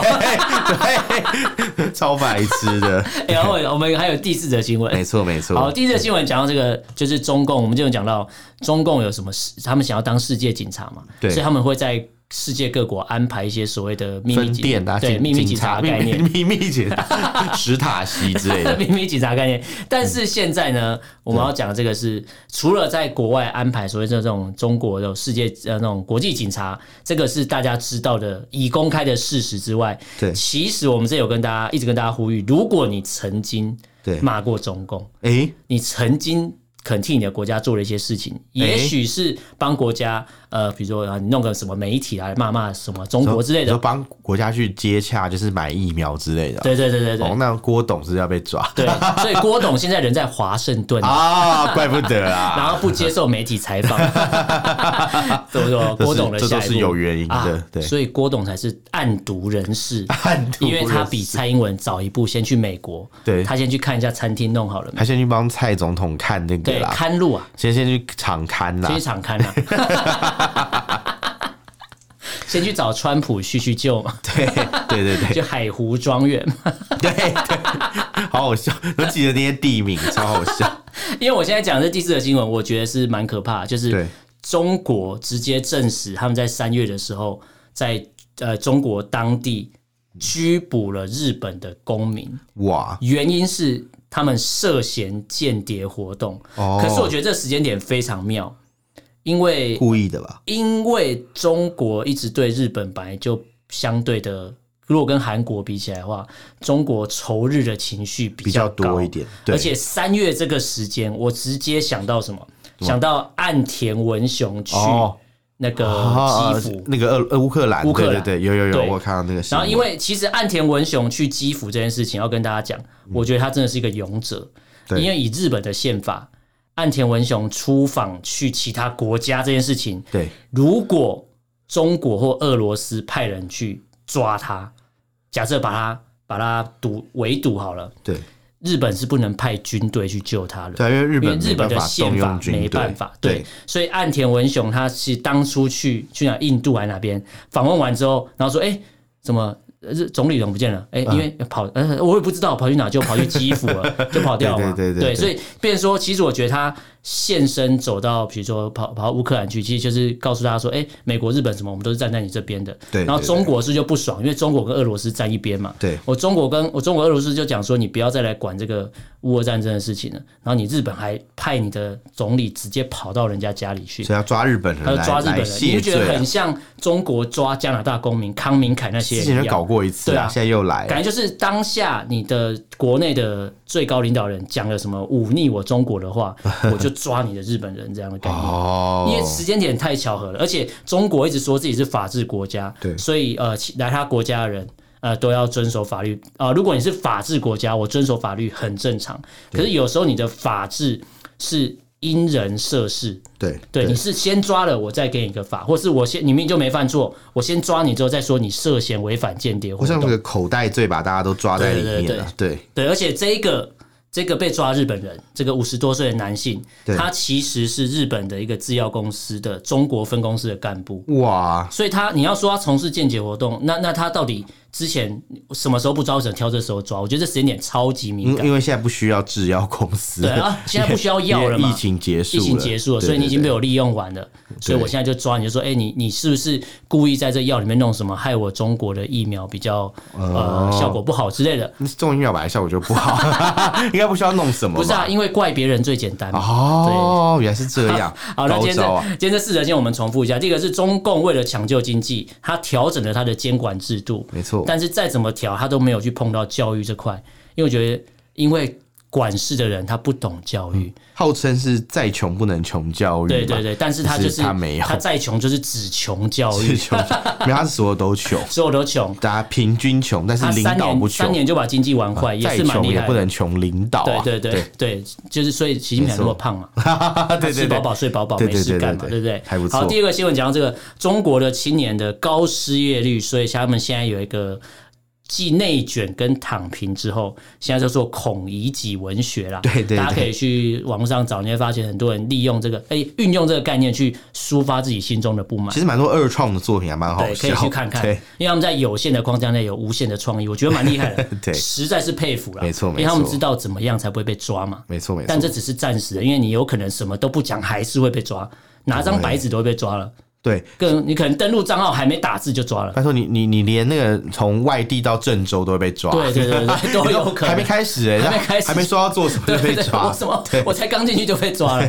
[SPEAKER 1] 对，超白痴的，
[SPEAKER 2] 然后我们还有第四则新闻，
[SPEAKER 1] 没错没
[SPEAKER 2] 好，
[SPEAKER 1] 错，
[SPEAKER 2] 第一则新闻讲到这个，就是中共，我们就有讲到中共有什么事，他们想要当世界警察嘛，
[SPEAKER 1] 对
[SPEAKER 2] 所以他们会在世界各国安排一些所谓的秘密
[SPEAKER 1] 分
[SPEAKER 2] 警
[SPEAKER 1] 店啊，
[SPEAKER 2] 对
[SPEAKER 1] 警
[SPEAKER 2] 秘密警
[SPEAKER 1] 警
[SPEAKER 2] 察
[SPEAKER 1] 察
[SPEAKER 2] 概念。
[SPEAKER 1] 秘密秘密警察，史塔西之类的，
[SPEAKER 2] [LAUGHS] 秘密警察概念，但是现在呢，我们要讲的这个是除了在国外安排所谓这种中国的世界呃那种国际警察，这个是大家知道的已公开的事实之外，
[SPEAKER 1] 对
[SPEAKER 2] 其实我们这有跟大家一直跟大家呼吁，如果你曾经
[SPEAKER 1] 对
[SPEAKER 2] 骂过中共，
[SPEAKER 1] 哎，
[SPEAKER 2] 你曾经肯替你的国家做了一些事情，也许是帮国家，呃，比如说啊，你弄个什么媒体来骂骂什么中国之类
[SPEAKER 1] 你说
[SPEAKER 2] 的，
[SPEAKER 1] 帮国家去接洽，就是买疫苗之类的，
[SPEAKER 2] 对对对对对
[SPEAKER 1] 哦，那郭董是要被抓
[SPEAKER 2] 对，所以郭董现在人在华盛顿。
[SPEAKER 1] 啊，怪不得
[SPEAKER 2] [LAUGHS]
[SPEAKER 1] 啊，
[SPEAKER 2] 然后不接受媒体
[SPEAKER 1] [LAUGHS]
[SPEAKER 2] 采访，对不对？
[SPEAKER 1] 这
[SPEAKER 2] 郭
[SPEAKER 1] 是
[SPEAKER 2] 董的
[SPEAKER 1] 这
[SPEAKER 2] 下
[SPEAKER 1] 都
[SPEAKER 2] 一步
[SPEAKER 1] 是有原因的
[SPEAKER 2] 啊，
[SPEAKER 1] 对
[SPEAKER 2] 所以郭董才是暗毒人士，
[SPEAKER 1] 叛徒
[SPEAKER 2] 因为他
[SPEAKER 1] 人士
[SPEAKER 2] 比蔡英文早一步先去美国，
[SPEAKER 1] 对
[SPEAKER 2] 他先去看一下餐厅弄好了没，
[SPEAKER 1] 他先去帮蔡总统看那个
[SPEAKER 2] 对，
[SPEAKER 1] 啦，
[SPEAKER 2] 看路啊，
[SPEAKER 1] 先先去场刊啦
[SPEAKER 2] 先去，场刊啊， [LAUGHS] 先去找川普叙叙旧嘛，
[SPEAKER 1] 对对对对
[SPEAKER 2] 就海湖庄园嘛。 [LAUGHS]
[SPEAKER 1] 对 [LAUGHS] 对，好好笑，我记得那些地名，超好
[SPEAKER 2] [LAUGHS]
[SPEAKER 1] 笑，
[SPEAKER 2] 因为我现在讲的是第四则新闻，我觉得是蛮可怕的，就是
[SPEAKER 1] 对
[SPEAKER 2] 中国直接证实他们在三月的时候在呃中国当地拘捕了日本的公民，
[SPEAKER 1] 哇，
[SPEAKER 2] 原因是他们涉嫌间谍活动。
[SPEAKER 1] 哦
[SPEAKER 2] 可是我觉得这时间点非常妙，因为
[SPEAKER 1] 故意的吧？
[SPEAKER 2] 因为中国一直对日本本来就相对的，如果跟韩国比起来的话，中国仇日的情绪比
[SPEAKER 1] 比较
[SPEAKER 2] 高
[SPEAKER 1] 多一点对
[SPEAKER 2] 而且三月这个时间，我直接想到什么？想到岸田文雄去
[SPEAKER 1] 哦
[SPEAKER 2] 那
[SPEAKER 1] 啊
[SPEAKER 2] 个基辅。
[SPEAKER 1] 那个俄乌克兰，
[SPEAKER 2] 乌克兰
[SPEAKER 1] 对对对，有有有，
[SPEAKER 2] 对
[SPEAKER 1] 我看到那个新闻。
[SPEAKER 2] 然后，因为其实岸田文雄去基辅这件事情，要跟大家讲，我觉得他真的是一个勇者，
[SPEAKER 1] 嗯对
[SPEAKER 2] 因为以日本的宪法，岸田文雄出访去其他国家这件事情，
[SPEAKER 1] 对
[SPEAKER 2] 如果中国或俄罗斯派人去抓他，假设把他把他堵围堵好了，
[SPEAKER 1] 对
[SPEAKER 2] 日本是不能派军队去救他的。
[SPEAKER 1] 对，因为日
[SPEAKER 2] 因为
[SPEAKER 1] 本
[SPEAKER 2] 日
[SPEAKER 1] 没
[SPEAKER 2] 本
[SPEAKER 1] 办
[SPEAKER 2] 的
[SPEAKER 1] 法
[SPEAKER 2] 宪
[SPEAKER 1] 动
[SPEAKER 2] 法
[SPEAKER 1] 用军队，
[SPEAKER 2] 没办法，对，所以岸田文雄他是当初去去哪印度还是哪边访问完之后，然后说，哎、怎么呃日总理人不见了？哎、
[SPEAKER 1] 嗯
[SPEAKER 2] 因为跑， [LAUGHS] 呃，我也不知道跑去哪，就跑去基辅
[SPEAKER 1] [LAUGHS]
[SPEAKER 2] 了，就跑掉了嘛。
[SPEAKER 1] 对对对对对
[SPEAKER 2] 所以变成说，其实我觉得他现身走到，比如说跑跑到乌克兰去，其实就是告诉大家说，哎、美国、日本什么，我们都是站在你这边的。
[SPEAKER 1] 对
[SPEAKER 2] 然后
[SPEAKER 1] 对对
[SPEAKER 2] 中国是就不爽，因为中国跟俄罗斯站一边嘛。
[SPEAKER 1] 对
[SPEAKER 2] 我中国跟我中国俄罗斯就讲说，你不要再来管这个乌俄战争的事情了。然后你日本还派你的总理直接跑到人家家里去，
[SPEAKER 1] 所以要抓日本人
[SPEAKER 2] 他就
[SPEAKER 1] 来
[SPEAKER 2] 呃抓日本
[SPEAKER 1] 来
[SPEAKER 2] 人，你
[SPEAKER 1] 谢
[SPEAKER 2] 就觉得
[SPEAKER 1] 罪啊
[SPEAKER 2] 很。像中国抓加拿大公民康明凯那些
[SPEAKER 1] 之
[SPEAKER 2] 人
[SPEAKER 1] 前
[SPEAKER 2] 一
[SPEAKER 1] 就
[SPEAKER 2] 样
[SPEAKER 1] 搞。过一次
[SPEAKER 2] 对啊
[SPEAKER 1] 现在又来了，
[SPEAKER 2] 感觉就是当下你的国内的最高领导人讲了什么忤逆我中国
[SPEAKER 1] [LAUGHS]
[SPEAKER 2] 的话，我就抓你的日本人这样的概念。
[SPEAKER 1] 哦，
[SPEAKER 2] 因为时间点太巧合了，而且中国一直说自己是法治国家，
[SPEAKER 1] 对
[SPEAKER 2] 所以呃，其来他国家的人呃都要遵守法律啊、呃如果你是法治国家，我遵守法律很正常，可是有时候你的法治是因人设事，
[SPEAKER 1] 对
[SPEAKER 2] 对，你是先抓了我再给你一个法，或是我先你明明就没犯错，我先抓你之后再说你涉嫌违反间谍活
[SPEAKER 1] 我像那
[SPEAKER 2] 动，
[SPEAKER 1] 个口袋罪把大家都抓在里面啊了，对
[SPEAKER 2] 对，而且这一个。这个被抓的日本人，这个五十多岁的男性，
[SPEAKER 1] 对
[SPEAKER 2] 他其实是日本的一个制药公司的中国分公司的干部。
[SPEAKER 1] 哇，
[SPEAKER 2] 所以他你要说他从事间谍活动，那那他到底之前什么时候不抓，为什么挑这时候抓？我觉得这时间点超级敏
[SPEAKER 1] 因
[SPEAKER 2] 感。
[SPEAKER 1] 因为现在不需要制药公司，
[SPEAKER 2] 对啊，现在不需要药了
[SPEAKER 1] [LAUGHS] 因为
[SPEAKER 2] 嘛
[SPEAKER 1] 疫，情嗯结束
[SPEAKER 2] 疫
[SPEAKER 1] 了，
[SPEAKER 2] 情结束了，
[SPEAKER 1] 对
[SPEAKER 2] 所以你已经被
[SPEAKER 1] 对
[SPEAKER 2] 我利用完了，所以我现在就抓你就说，哎，你你是不是故意在这药里面弄什么，害我中国的疫苗比较呃
[SPEAKER 1] 哦
[SPEAKER 2] 效果不好之类的？
[SPEAKER 1] 对中医药本来效果就不好， [LAUGHS] 应该不需要弄什么吧，
[SPEAKER 2] 不是啊，因为怪别人最简单嘛。
[SPEAKER 1] 哦，原来是这样，
[SPEAKER 2] [LAUGHS] 好，那
[SPEAKER 1] 高
[SPEAKER 2] 今天这、
[SPEAKER 1] 招啊，
[SPEAKER 2] 今天这四则，先我们重复一下。第一个是中共为了抢救经济，它调整了它的监管制度，
[SPEAKER 1] 没错
[SPEAKER 2] 但是再怎么调，它都没有去碰到教育这块，因为我觉得，因为管事的人他不懂教育，
[SPEAKER 1] 号称是再穷不能穷教育，啊
[SPEAKER 2] 对对，对，但是
[SPEAKER 1] 嗯
[SPEAKER 2] 他
[SPEAKER 1] 就是
[SPEAKER 2] 就是
[SPEAKER 1] 他没有
[SPEAKER 2] 他再穷就是只穷教
[SPEAKER 1] [LAUGHS] 是
[SPEAKER 2] 育，
[SPEAKER 1] 穷，没有他是所有都穷，
[SPEAKER 2] 所有都穷，
[SPEAKER 1] 大家平均穷，但是
[SPEAKER 2] 他
[SPEAKER 1] 领
[SPEAKER 2] 啊三
[SPEAKER 1] 导不
[SPEAKER 2] 年
[SPEAKER 1] 穷，
[SPEAKER 2] 三
[SPEAKER 1] 啊
[SPEAKER 2] 年就把经济玩坏，也
[SPEAKER 1] 再
[SPEAKER 2] 是蛮
[SPEAKER 1] 穷
[SPEAKER 2] 厉
[SPEAKER 1] 也
[SPEAKER 2] 害
[SPEAKER 1] 不
[SPEAKER 2] 的。
[SPEAKER 1] 能穷领导啊，
[SPEAKER 2] 对对对对，就是所以习近平才那么胖嘛，
[SPEAKER 1] [LAUGHS] 对对
[SPEAKER 2] 吃
[SPEAKER 1] 对
[SPEAKER 2] 饱
[SPEAKER 1] 对，
[SPEAKER 2] 饱睡饱饱，
[SPEAKER 1] 对
[SPEAKER 2] 没
[SPEAKER 1] 对
[SPEAKER 2] 事
[SPEAKER 1] 对
[SPEAKER 2] 干
[SPEAKER 1] 对
[SPEAKER 2] 嘛，
[SPEAKER 1] 对
[SPEAKER 2] 对不对？
[SPEAKER 1] 还不错
[SPEAKER 2] 好，第二个新闻讲到这个中国的青年的高失业率，所以他们现在有一个。继内卷跟躺平之后，现在叫做孔乙己文学啦。
[SPEAKER 1] 对对对
[SPEAKER 2] 大家可以去网络上找，你会发现很多人利用这个，哎、运用这个概念去抒发自己心中的不满
[SPEAKER 1] 其。实蛮多二创的作品还蛮好
[SPEAKER 2] 对，可
[SPEAKER 1] 笑，
[SPEAKER 2] 以去看看
[SPEAKER 1] 对，，
[SPEAKER 2] 因为他们在有限的框架内有无限的创意，我觉得蛮厉害的
[SPEAKER 1] [LAUGHS] 对
[SPEAKER 2] 实在是佩服了。
[SPEAKER 1] 没错没错
[SPEAKER 2] 因为他们知道怎么样才不会被抓嘛。
[SPEAKER 1] 没错没
[SPEAKER 2] 但
[SPEAKER 1] 错
[SPEAKER 2] 这，只是暂时的，因为你有可能什么都不讲，还是会被抓，拿张白纸都会被抓了。
[SPEAKER 1] 对。
[SPEAKER 2] 更你可能登录账号还没打字就
[SPEAKER 1] [LAUGHS]
[SPEAKER 2] 抓了。
[SPEAKER 1] 拜托你，你你连那个从外地到郑州都会被抓，
[SPEAKER 2] 对对对
[SPEAKER 1] [LAUGHS]
[SPEAKER 2] 对，都有可
[SPEAKER 1] 还没
[SPEAKER 2] 能。
[SPEAKER 1] 开始哎、欸，
[SPEAKER 2] 还没开始
[SPEAKER 1] 还没说要做什么就
[SPEAKER 2] 对
[SPEAKER 1] 被
[SPEAKER 2] 对，
[SPEAKER 1] 抓，
[SPEAKER 2] 我什么？我才刚进去就被抓了。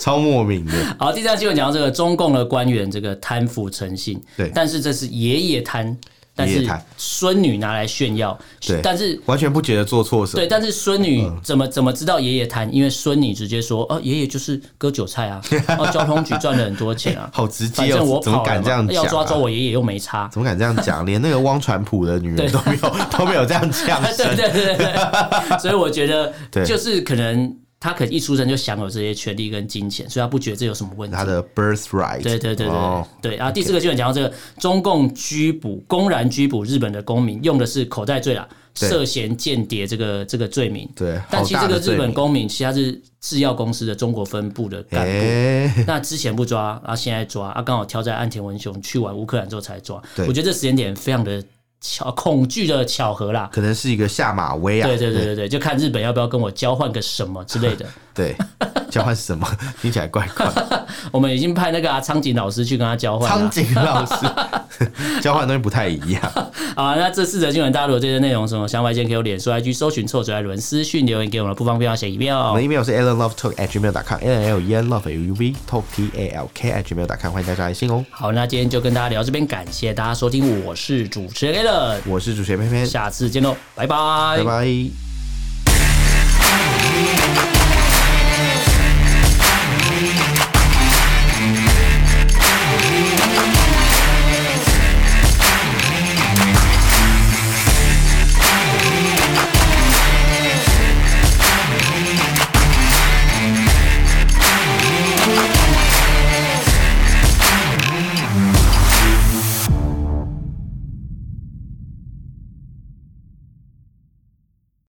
[SPEAKER 1] 超莫名的。
[SPEAKER 2] [LAUGHS] 好，第三个新闻讲到这个中共的官员这个贪腐成性，
[SPEAKER 1] 对
[SPEAKER 2] 但是这是爷爷贪，但
[SPEAKER 1] 爷
[SPEAKER 2] 是
[SPEAKER 1] 爷贪
[SPEAKER 2] 孙女拿来炫耀，
[SPEAKER 1] 对嗯
[SPEAKER 2] 但是
[SPEAKER 1] 完全不觉得做错什么
[SPEAKER 2] 对，。但是孙女怎么怎么知道爷爷贪？因为孙女直接说：“哦，爷爷就是割韭菜啊，哦，交通局赚了很多钱啊
[SPEAKER 1] [LAUGHS] ，好直
[SPEAKER 2] 反
[SPEAKER 1] 接
[SPEAKER 2] 正我
[SPEAKER 1] 哦，
[SPEAKER 2] 跑
[SPEAKER 1] 怎么敢
[SPEAKER 2] 了
[SPEAKER 1] 这样
[SPEAKER 2] 嘛
[SPEAKER 1] 讲、啊？
[SPEAKER 2] 要抓走我爷爷又没差。
[SPEAKER 1] 怎么敢这样讲？连那个汪传普的女人都没有 [LAUGHS] 都没有这样呛
[SPEAKER 2] [LAUGHS] 对
[SPEAKER 1] 声。
[SPEAKER 2] 对对对对， [LAUGHS] 所以我觉得
[SPEAKER 1] 对
[SPEAKER 2] 就是可能他可能一出生就享有这些权利跟金钱，所以他不觉得这有什么问题
[SPEAKER 1] 他。的 birthright，
[SPEAKER 2] 对对对对
[SPEAKER 1] 哦
[SPEAKER 2] 对啊！第四个新闻讲到这个，中共拘捕公然拘捕日本的公民，用的是口袋罪啦，
[SPEAKER 1] 对
[SPEAKER 2] 涉嫌间谍这个这个罪名。
[SPEAKER 1] 对，
[SPEAKER 2] 但
[SPEAKER 1] 好
[SPEAKER 2] 其实
[SPEAKER 1] 大
[SPEAKER 2] 这个
[SPEAKER 1] 的
[SPEAKER 2] 日
[SPEAKER 1] 罪
[SPEAKER 2] 本
[SPEAKER 1] 名。
[SPEAKER 2] 公民，其实他是制药公司的中国分部的干部。
[SPEAKER 1] 哎，
[SPEAKER 2] 那之前不抓，啊，现在抓，啊，刚好挑在岸田文雄去完乌克兰之后才抓。
[SPEAKER 1] 对
[SPEAKER 2] 我觉得这时间点非常的巧，恐惧的巧合啦。
[SPEAKER 1] 可能是一个下马威啊！
[SPEAKER 2] 对对对对对，就看日本要不要跟我交换个什么之
[SPEAKER 1] [LAUGHS]
[SPEAKER 2] 类的。 [LAUGHS]
[SPEAKER 1] 对，对交换什么？听起来怪怪。啊
[SPEAKER 2] 我们已经派那个啊苍井老师去跟他交换
[SPEAKER 1] 苍
[SPEAKER 2] 了
[SPEAKER 1] 井老师 [LAUGHS] 交换的东西不太一样。
[SPEAKER 2] 啊。那这四则新闻，大家如果对这内容有什么想法，先可以有脸书 IG 搜寻错嘴艾伦私讯留言给我们，不方便要写 email
[SPEAKER 1] 我们。的 email 是 allenlovetalk at gmail.com，l l e n love u v talk t a l k at gmail.com，欢迎大家来信哦。
[SPEAKER 2] 好，那今天就跟大家聊这边，感谢大家收听，我是主持人 a l a n
[SPEAKER 1] 我是主持人偏偏，
[SPEAKER 2] 下次见喽，拜
[SPEAKER 1] 拜拜。